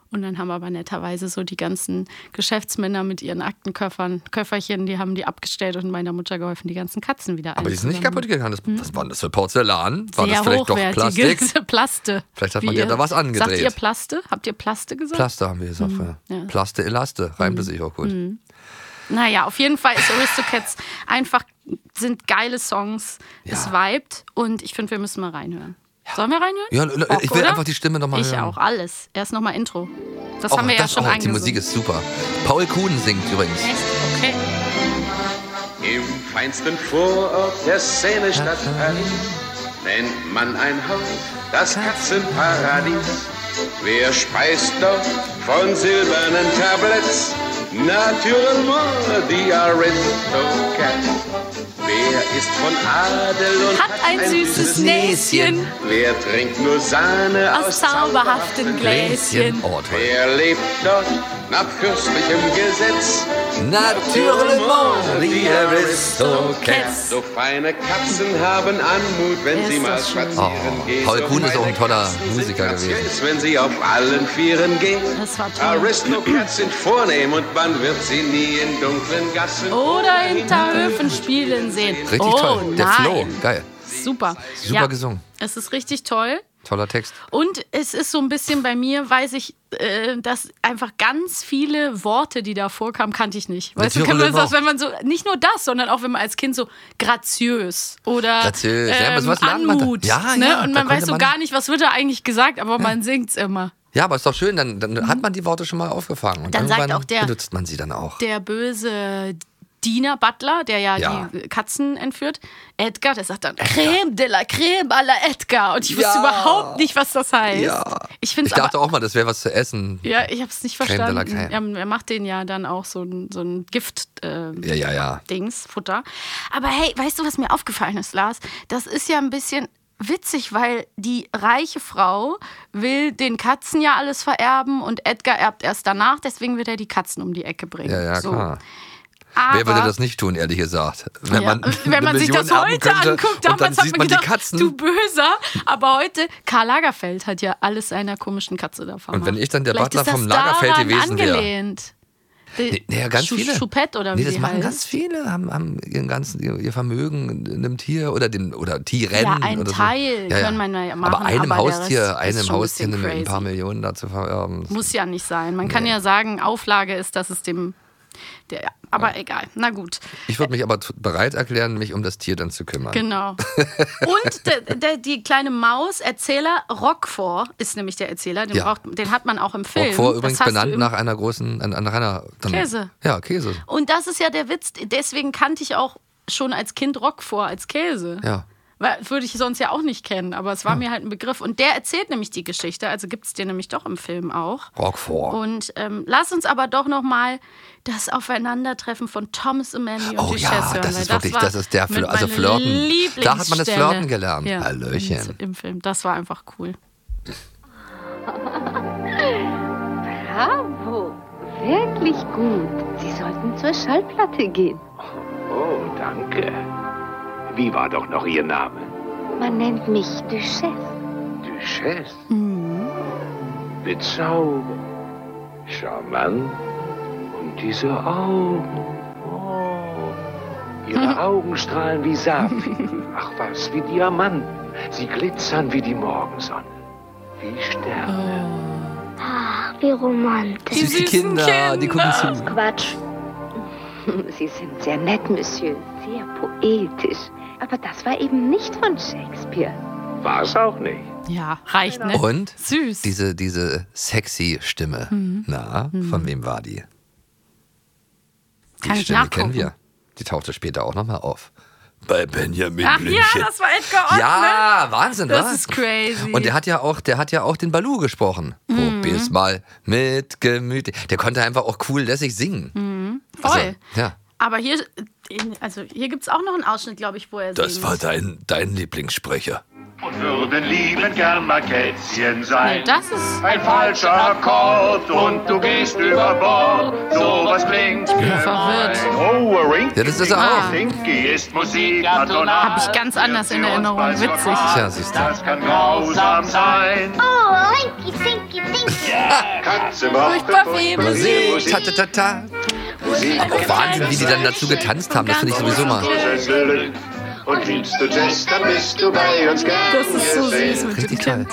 Und dann haben aber netterweise so die ganzen Geschäftsmänner mit ihren Aktenköfferchen, Köfferchen, die haben die abgestellt und meiner Mutter geholfen, die ganzen Katzen wieder Aber die sind nicht einzusammeln. kaputt gegangen. Das, Was war denn das für Porzellan? War Hm? Sehr das vielleicht doch hochwertige Plastik? Plaste. Vielleicht hat man Wie ja ihr- da was Sagt angedreht. ihr Plaste? Habt ihr Plaste gesagt? Plaste haben wir gesagt. Mhm, Ja. ja. Plaste, Elaste. Reimte sich auch gut. Mhm. Naja, auf jeden Fall ist Aristocats einfach, sind geile Songs, es vibet und ich finde, wir müssen mal reinhören. Sollen wir reinhören? Ja, l- l- Bock, äh, ich will oder? einfach die Stimme noch mal Ich hören. auch, alles. Erst nochmal Intro. Das Oh, haben wir ja schon oh, Die eingesungen. Musik ist super. Paul Kuhn singt übrigens. Echt? Okay. Im feinsten Vorort der Szene-Stadt Paris nennt man ein Haus das Katzenparadies. Wer speist dort von silbernen Tabletts? Naturellement die Aristocats. Wer ist von Adel und Hat ein süßes Näschen. Wer trinkt nur Sahne aus, Aus zauberhaften Gläschen. Oh, toll. Wer lebt dort nach fürstlichem Gesetz? Naturellement, die Aristocats. So feine Katzen haben Anmut, wenn sie mal Oh, spazieren gehen. Paul So Kuhn ist auch feine ein toller Katzen sind Musiker gewesen. graziös, Wenn sie auf allen Vieren gehen. Das war toll. Aristocats sind vornehm und man wird sie nie in dunklen Gassen Oder Hinterhöfen spielen sehen. Richtig oh, toll. Der nein. Flow. Geil. Super. Super ja, gesungen. Es ist richtig toll. Toller Text. Und es ist so ein bisschen bei mir, weiß ich, äh, dass einfach ganz viele Worte, die da vorkamen, kannte ich nicht. Weißt du, Natürlich kann man das, auch. auch, wenn man so, nicht nur das, sondern auch wenn man als Kind so graziös oder Graziös, ja, aber ähm, sowas lernt man da. Anmut. Ja, ne? ja, und da man weiß konnte so man- gar nicht, was wird da eigentlich gesagt, aber man singt es immer. Ja, aber ist doch schön, dann, dann hat man die Worte schon mal aufgefangen. Und Dann sagt irgendwann auch der- benutzt man sie dann auch. Der böse Diener Butler, der ja, Ja. die Katzen entführt, Edgar, der sagt dann Creme de la Creme à la Edgar. Und ich wusste überhaupt nicht, was das heißt. Ja. Ich Ich finde es aber dachte auch mal, das wäre was zu essen. Ja, ich habe es nicht Creme de la verstanden. Creme. Ähm, er macht den ja dann auch so ein, so ein Gift. ähm, Ja, ja, ja. Dings, Futter. Aber hey, weißt du, was mir aufgefallen ist, Lars? Das ist ja ein bisschen witzig, weil die reiche Frau will den Katzen ja alles vererben und Edgar erbt erst danach, deswegen wird er die Katzen um die Ecke bringen. Ja, ja, so. klar. Aber Wer würde das nicht tun, ehrlich gesagt? Wenn ja, man, wenn man eine sich das Million erben heute könnte anguckt, und dann damals hat sieht man man gedacht, die Katzen. du Böser. Aber heute, Karl Lagerfeld hat ja alles seiner komischen Katze da vermacht. Und wenn ich dann der Vielleicht Butler ist das vom Lagerfeld daran gewesen wäre. angelehnt. wäre. Nee, nee, ja, ganz viele. Choupette oder nee, wie das die machen heißt. ganz viele, haben, haben ihren ganzen, ihr ihr Vermögen in einem Tier oder den oder Tieren. Ja, ein oder so. Teil können man ja machen, Aber einem aber der Rest Haustier, ist einem schon ein Haustier bisschen ein paar crazy. Millionen dazu vererben. Muss ja nicht sein. Man kann ja sagen, Auflage ist, dass es dem. Der, ja, aber egal. Na gut. Ich würde mich aber t- bereit erklären, mich um das Tier dann zu kümmern. Genau. Und der, der, die kleine Maus, Erzähler Roquefort ist nämlich der Erzähler. Den, Ja. braucht, den hat man auch im Film. Roquefort Das übrigens hast du benannt im- nach einer großen, an- nach einer dann- Käse. Ja, Käse. Und das ist ja der Witz. Deswegen kannte ich auch schon als Kind Roquefort als Käse. Ja. Weil, würde ich sonst ja auch nicht kennen, aber es war mir halt ein Begriff. Und der erzählt nämlich die Geschichte, also gibt es den nämlich doch im Film auch. Roquefort. Und ähm, lass uns aber doch nochmal das Aufeinandertreffen von Thomas O'Malley und Oh Duchess ja, hören. das weil ist wirklich, war das ist der Fl- mit also meine Flirten. Da hat man das Lieblingsstelle. Flirten gelernt. Hallöchen. im- Im Film, das war einfach cool. Bravo, wirklich gut. Hm, Sie sollten zur Schallplatte gehen. Oh, danke. Wie war doch noch Ihr Name? Man nennt mich Duchesse. Duchesse. Bezaubernd. Charmant. Und diese Augen. Oh. Ihre Augen strahlen wie Saphir. Ach was, wie Diamanten. Sie glitzern wie die Morgensonne. Wie Sterne. Ach, wie romantisch. Die Süße süßen Kinder, die gucken Kinder. zu. Quatsch. Sie sind sehr nett, Monsieur. Sehr poetisch. Aber das war eben nicht von Shakespeare. War es auch nicht. Ja, reicht, ne? Und Süß. Diese, diese sexy Stimme. Mhm. Na, Mhm. von wem war die? Die Kann ich Stimme nachgucken. kennen wir. Die tauchte später auch nochmal auf. Bei Benjamin Ach ja, Blümchen. das war Edgar Ott, Ja, ne? Wahnsinn, Das wa? ist crazy. Und der hat ja auch, der hat ja auch den Balu gesprochen. Mhm. Probier's mal mit Gemüte. Der konnte einfach auch cool lässig singen. Also, Mhm. Voll. Ja. Aber hier, in- also hier gibt es auch noch einen Ausschnitt, glaube ich, wo er singt. dein, dein Lieblingssprecher. und würden lieben gern mal Kätzchen sein. Nee, das ist- ein falscher Akkord und du gehst über Bord. Sowas klingt verwirrt. Ja, das ist er auch. Stinky ist Musik atonal. Habe ich ganz anders in Erinnerung. Witzig. Tja, siehst du. Das kann grausam sein. Oh, Linky, Sinky, Dinky. Katze Furchtbar viel Musik. Ta, ta, ta, ta. Aber auch Wahnsinn, wie die dann dazu getanzt haben. Das finde ich sowieso mal. Und liebst du Jazz, dann bist du bei uns gern Das ist so gesehen. süß mit dem Kind.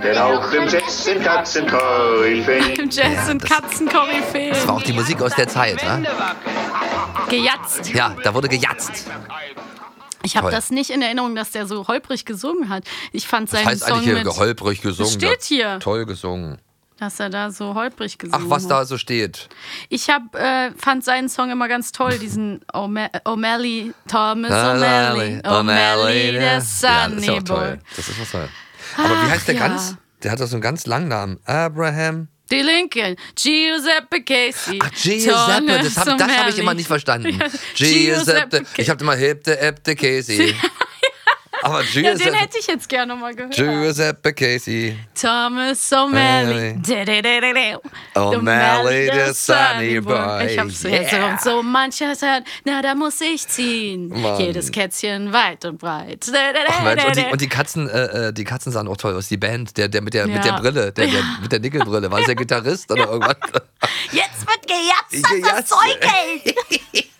Denn auch im Jazz sind Katzen Koryphäen. Im Jazz sind Das Katzenkoryphäen. war auch die Musik aus der Zeit, ne? Gejatzt. Ja, da wurde gejatzt. Ich habe Toll. das nicht in Erinnerung, dass der so holprig gesungen hat. Ich fand Das seinen heißt Song eigentlich hier mit, geholprig gesungen. Das steht hier. Toll gesungen. dass er da so holprig gesungen Ach, was hat. da so steht. Ich hab, äh, fand seinen Song immer ganz toll, diesen Ome- O'Malley, Thomas O'Malley, O'Malley, O'Malley, ne? der Ja, das ist ja Sunny auch Boy. toll. Das ist was toll. Aber wie Ach, heißt der ja. ganz? Der hat doch so einen ganz langen Namen. Abraham. Die Linken, Giuseppe Casey. Ach, Giuseppe, das habe das hab ich immer nicht verstanden. Giuseppe. Ich habe immer Hepte, Epte, Casey. Aber Ja, den Giuseppe, hätte ich jetzt gerne mal gehört. Giuseppe Casey. Thomas O'Malley. De- de- de- de- de. O'Malley, der Sunny Boy. Ich hab's Yeah. jetzt und so mancher sagt, na, da muss ich ziehen. Mann. Jedes Kätzchen weit und breit. De- de- de- Ach Mensch, und die, de- de. und die Katzen, äh, äh, die Katzen sahen auch toll aus. Die Band, der, der mit der mit der Ja. Brille, der, der mit der Nickelbrille, war es der Gitarrist oder irgendwas? Jetzt wird gejatzt, dass das Gejatzt. Zeug hält.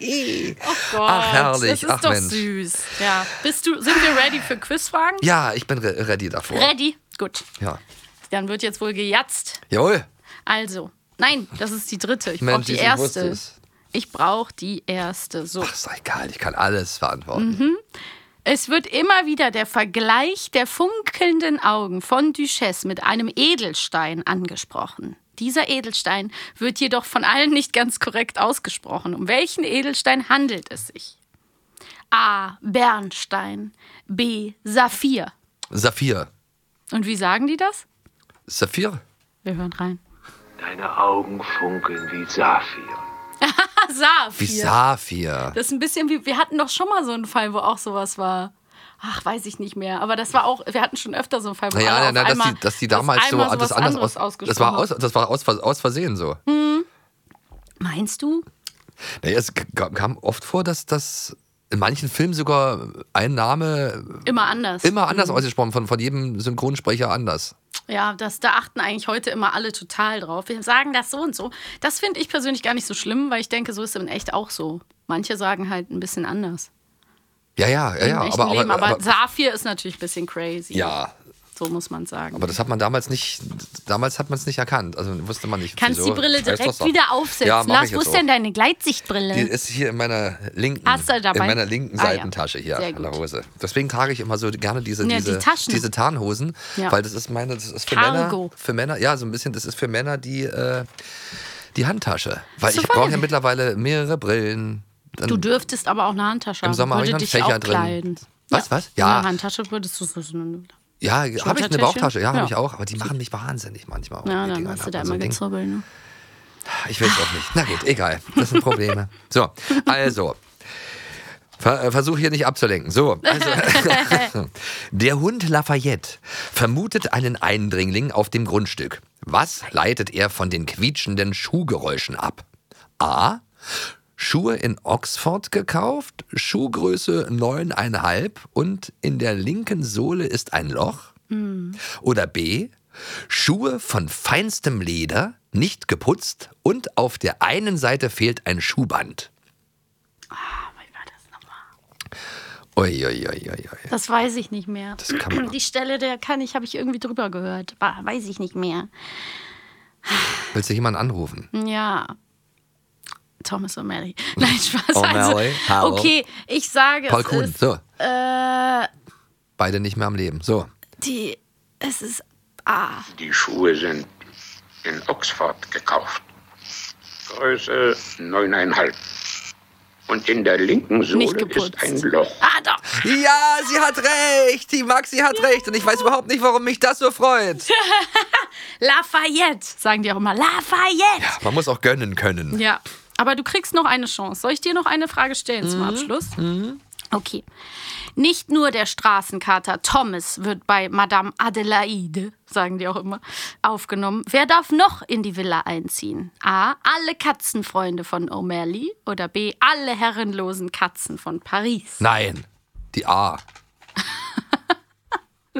Oh Gott, Ach, herrlich. Das ist Ach, doch Mensch. süß. Ja. Bist du, sind wir ready für Quizfragen? Ja, ich bin re ready davor. Ready? Gut. Ja. Dann wird jetzt wohl gejatzt. Jawohl. Also, nein, das ist die dritte. Ich brauche Mensch, die ich wusste erste. es. Ich brauche die erste. So. Ach, ist doch egal, ich kann alles verantworten. Mhm. Es wird immer wieder der Vergleich der funkelnden Augen von Duchesse mit einem Edelstein angesprochen. Dieser Edelstein wird jedoch von allen nicht ganz korrekt ausgesprochen. Um welchen Edelstein handelt es sich? A. Bernstein. B. Saphir. Saphir. Und wie sagen die das? Saphir? Wir hören rein. Deine Augen funkeln wie Saphir. Saphir. Wie Saphir. Das ist ein bisschen wie, wir hatten doch schon mal so einen Fall, wo auch sowas war. Ach, weiß ich nicht mehr. Aber das war auch, wir hatten schon öfter so einen Fall, wo alle Naja, auf na, dass, einmal, die, dass die damals dass so einmal alles sowas anders anderes aus, das ausgesprochen war aus, das war aus, aus Versehen so. Hm. Meinst du? Naja, es k- kam oft vor, dass das in manchen Filmen sogar ein Name Immer anders. Äh, immer anders Mhm. ausgesprochen von von jedem Synchronsprecher anders. Ja, das, da achten eigentlich heute immer alle total drauf. Wir sagen das so und so. Das finde ich persönlich gar nicht so schlimm, weil ich denke, so ist es in echt auch so. Manche sagen halt ein bisschen anders. Ja, ja, ja, ja. Im echten Aber, Leben. aber, Aber, aber, Saphir ist natürlich ein bisschen crazy. ja, So muss man sagen. aber das hat man damals nicht, damals hat man es nicht erkannt. Also wusste man nicht. Kannst wieso. die Brille Ich weiß das direkt doch. wieder aufsetzen. Ja, mach Lars, ich wo jetzt ist auch. denn deine Die Gleitsichtbrille? ist hier in meiner linken, Hast du dabei? in meiner linken Ah, ja. Seitentasche hier Sehr an der gut. Hose. Deswegen trage ich immer so gerne diese, Ja, die diese, Taschen. diese Tarnhosen, Ja. weil das ist meine, das ist für Cargo. Männer, für Männer, ja so ein bisschen, das ist für Männer die, äh, die Handtasche, weil So ich brauche ja voll. mittlerweile mehrere Brillen. Dann- Du dürftest aber auch eine Handtasche Hm. Im haben. Sommer habe Würde ich noch einen Fächer dich auch drin. kleiden. Was, was? Ja. Ja, Eine Handtasche würdest du so. so- ja, habe ich eine Schultertasche? Bauchtasche, ja, habe Ja. ich auch, aber die machen mich wahnsinnig manchmal. Auch, Ja, die dann Dinger. hast du Hat da man immer ein Ding. gezubbelt. Ne? Ich will es auch nicht. Na gut, egal. Das sind Probleme. So, also. Ver äh, Versuch hier nicht abzulenken. So, also. Der Hund Lafayette vermutet einen Eindringling auf dem Grundstück. Was leitet er von den quietschenden Schuhgeräuschen ab? A. Schuhe in Oxford gekauft, Schuhgröße 9,5 und in der linken Sohle ist ein Loch. Oder B. Schuhe von feinstem Leder, nicht geputzt und auf der einen Seite fehlt ein Schuhband. Ah, wie war das nochmal? Uiuiuiui. Das weiß ich nicht mehr. kann man- Die Stelle, der kann ich, habe ich irgendwie drüber gehört. Wa- Weiß ich nicht mehr. Willst du jemanden anrufen? Ja. Thomas O'Malley. Nein, Spaß. O'Malley, Also, Oh, hallo. okay, ich sage Paul es Kuhn, ist, so. äh, Beide nicht mehr am Leben. So. die, es ist A. Die Schuhe sind in Oxford gekauft. Größe 9,5. Und in der linken Nicht Sohle geputzt. ist ein Loch. Ah, doch. Ja, sie hat recht. Die Maxi hat recht. Und ich weiß überhaupt nicht, warum mich das so freut. Lafayette, sagen die auch immer. Lafayette. Ja. Man muss auch gönnen können. Mhm. Aber du kriegst noch eine Chance. Soll ich dir noch eine Frage stellen zum Abschluss? Okay. Nicht nur der Straßenkater Thomas wird bei Madame Adelaide, sagen die auch immer, aufgenommen. Wer darf noch in die Villa einziehen? A. Alle Katzenfreunde von O'Malley oder B. Alle herrenlosen Katzen von Paris. Nein, die A.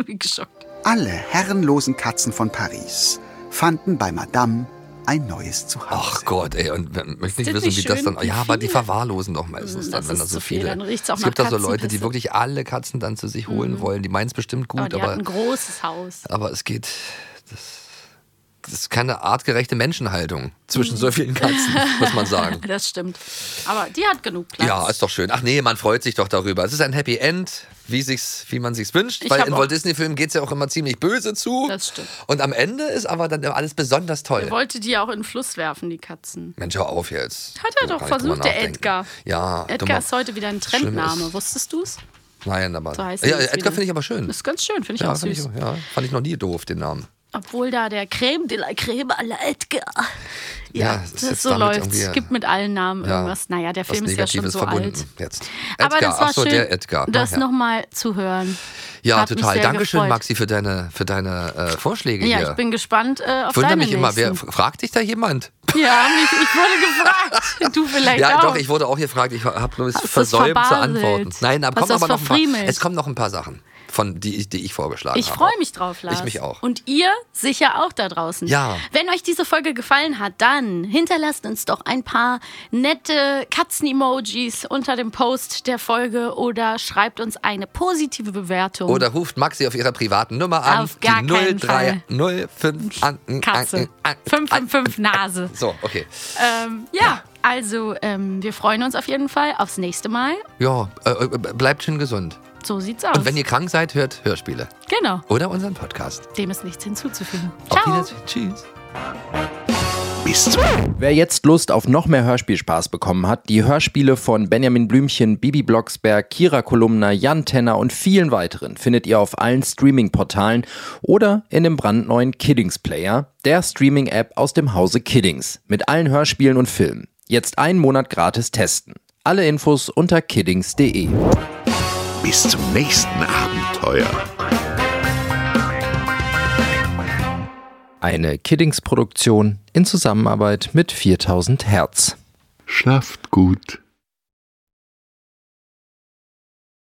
Wie geschockt. Alle herrenlosen Katzen von Paris fanden bei Madame ein neues Zuhause. Ach Gott, ey, und wenn- möchte nicht das wissen, wie nicht das schön? dann. Wie Ja, aber die viele? verwahrlosen doch meistens Mm, dann, das wenn ist da so zu viel, viele. dann riecht's auch es nach gibt da so Leute, die Katzenpisse. wirklich alle Katzen dann zu sich holen wollen. Die meinen es bestimmt Aber gut, die aber, hat ein großes Haus. aber es geht. Das, das ist keine artgerechte Menschenhaltung zwischen so vielen Katzen, Mhm. muss man sagen. Das stimmt. Aber die hat genug Platz. Ja, ist doch schön. Ach nee, man freut sich doch darüber. Es ist ein Happy End, wie, sich's, wie man sich's wünscht. Ich weil hab in auch- Walt Disney-Filmen geht's ja auch immer ziemlich böse zu. Das stimmt. Und am Ende ist aber dann immer alles besonders Er toll. wollte die auch in den Fluss werfen, die Katzen. Mensch, hör auf jetzt. Hat Kann er doch ich drüber versucht, der nachdenken. Edgar. Ja, Edgar dummer- ist heute wieder ein Schlimm Trendname, ist- wusstest du's? Nein, aber. So heißt ja, er jetzt Edgar wieder. finde ich aber schön. Ist ganz schön, finde ich ja, auch find süß. ja, fand ich noch nie doof, den Namen. Obwohl da der Creme de la Creme à la Edgar. Ja, Ja, es ist das jetzt so damit läuft's. irgendwie- Es gibt mit allen Namen Ja, irgendwas. Naja, der was Film ist ja schon Negatives so verbunden alt. jetzt. Edgar, Aber das war ach so, schön, der Edgar. Ah, das ja. nochmal zu hören. Ja, Hat mich total. sehr Dankeschön, gefreut. Maxi, für deine, für deine äh, Vorschläge hier. Ja, ich bin gespannt äh, auf ich wundere deine mich immer, wer nächsten. fragt dich da jemand? Ja, mich, ich wurde gefragt. Du vielleicht ja, auch. doch, ich wurde auch gefragt. Ich habe nur Hast du's versäumt zu verbaselt? antworten. Nein, aber Hast kommen du's aber noch ein paar, verfriemelt? es kommen noch ein paar Sachen, von, die, ich- die ich vorgeschlagen Ich habe. freue mich drauf, Lars. Ich mich auch. Und ihr sicher auch da draußen. Ja. Wenn euch diese Folge gefallen hat, dann hinterlasst uns doch ein paar nette Katzen-Emojis unter dem Post der Folge oder schreibt uns eine positive Bewertung. Oder ruft Maxi auf ihrer privaten Nummer an. Auf gar die keinen Fall. 0305 an. an- Katze. an- 555 Nase. So, okay. Ähm, ja, also ähm, wir freuen uns auf jeden Fall aufs nächste Mal. Ja, äh, äh, bleibt schön gesund. So sieht's aus. Und wenn ihr krank seid, hört Hörspiele. genau, Oder unseren Podcast. dem ist nichts hinzuzufügen. Auf Wiedersehen. Tschüss. Bis Wer jetzt Lust auf noch mehr Hörspielspaß bekommen hat, die Hörspiele von Benjamin Blümchen, Bibi Blocksberg, Kira Kolumna, Jan Tenner und vielen weiteren findet ihr auf allen Streaming-Portalen oder in dem brandneuen Kiddings Player, der Streaming-App aus dem Hause Kiddings, mit allen Hörspielen und Filmen. Jetzt einen Monat gratis testen. Alle Infos unter kiddings.de. Bis zum nächsten Abenteuer. Eine Kiddings-Produktion in Zusammenarbeit mit 4000 Hertz. Schlaft gut.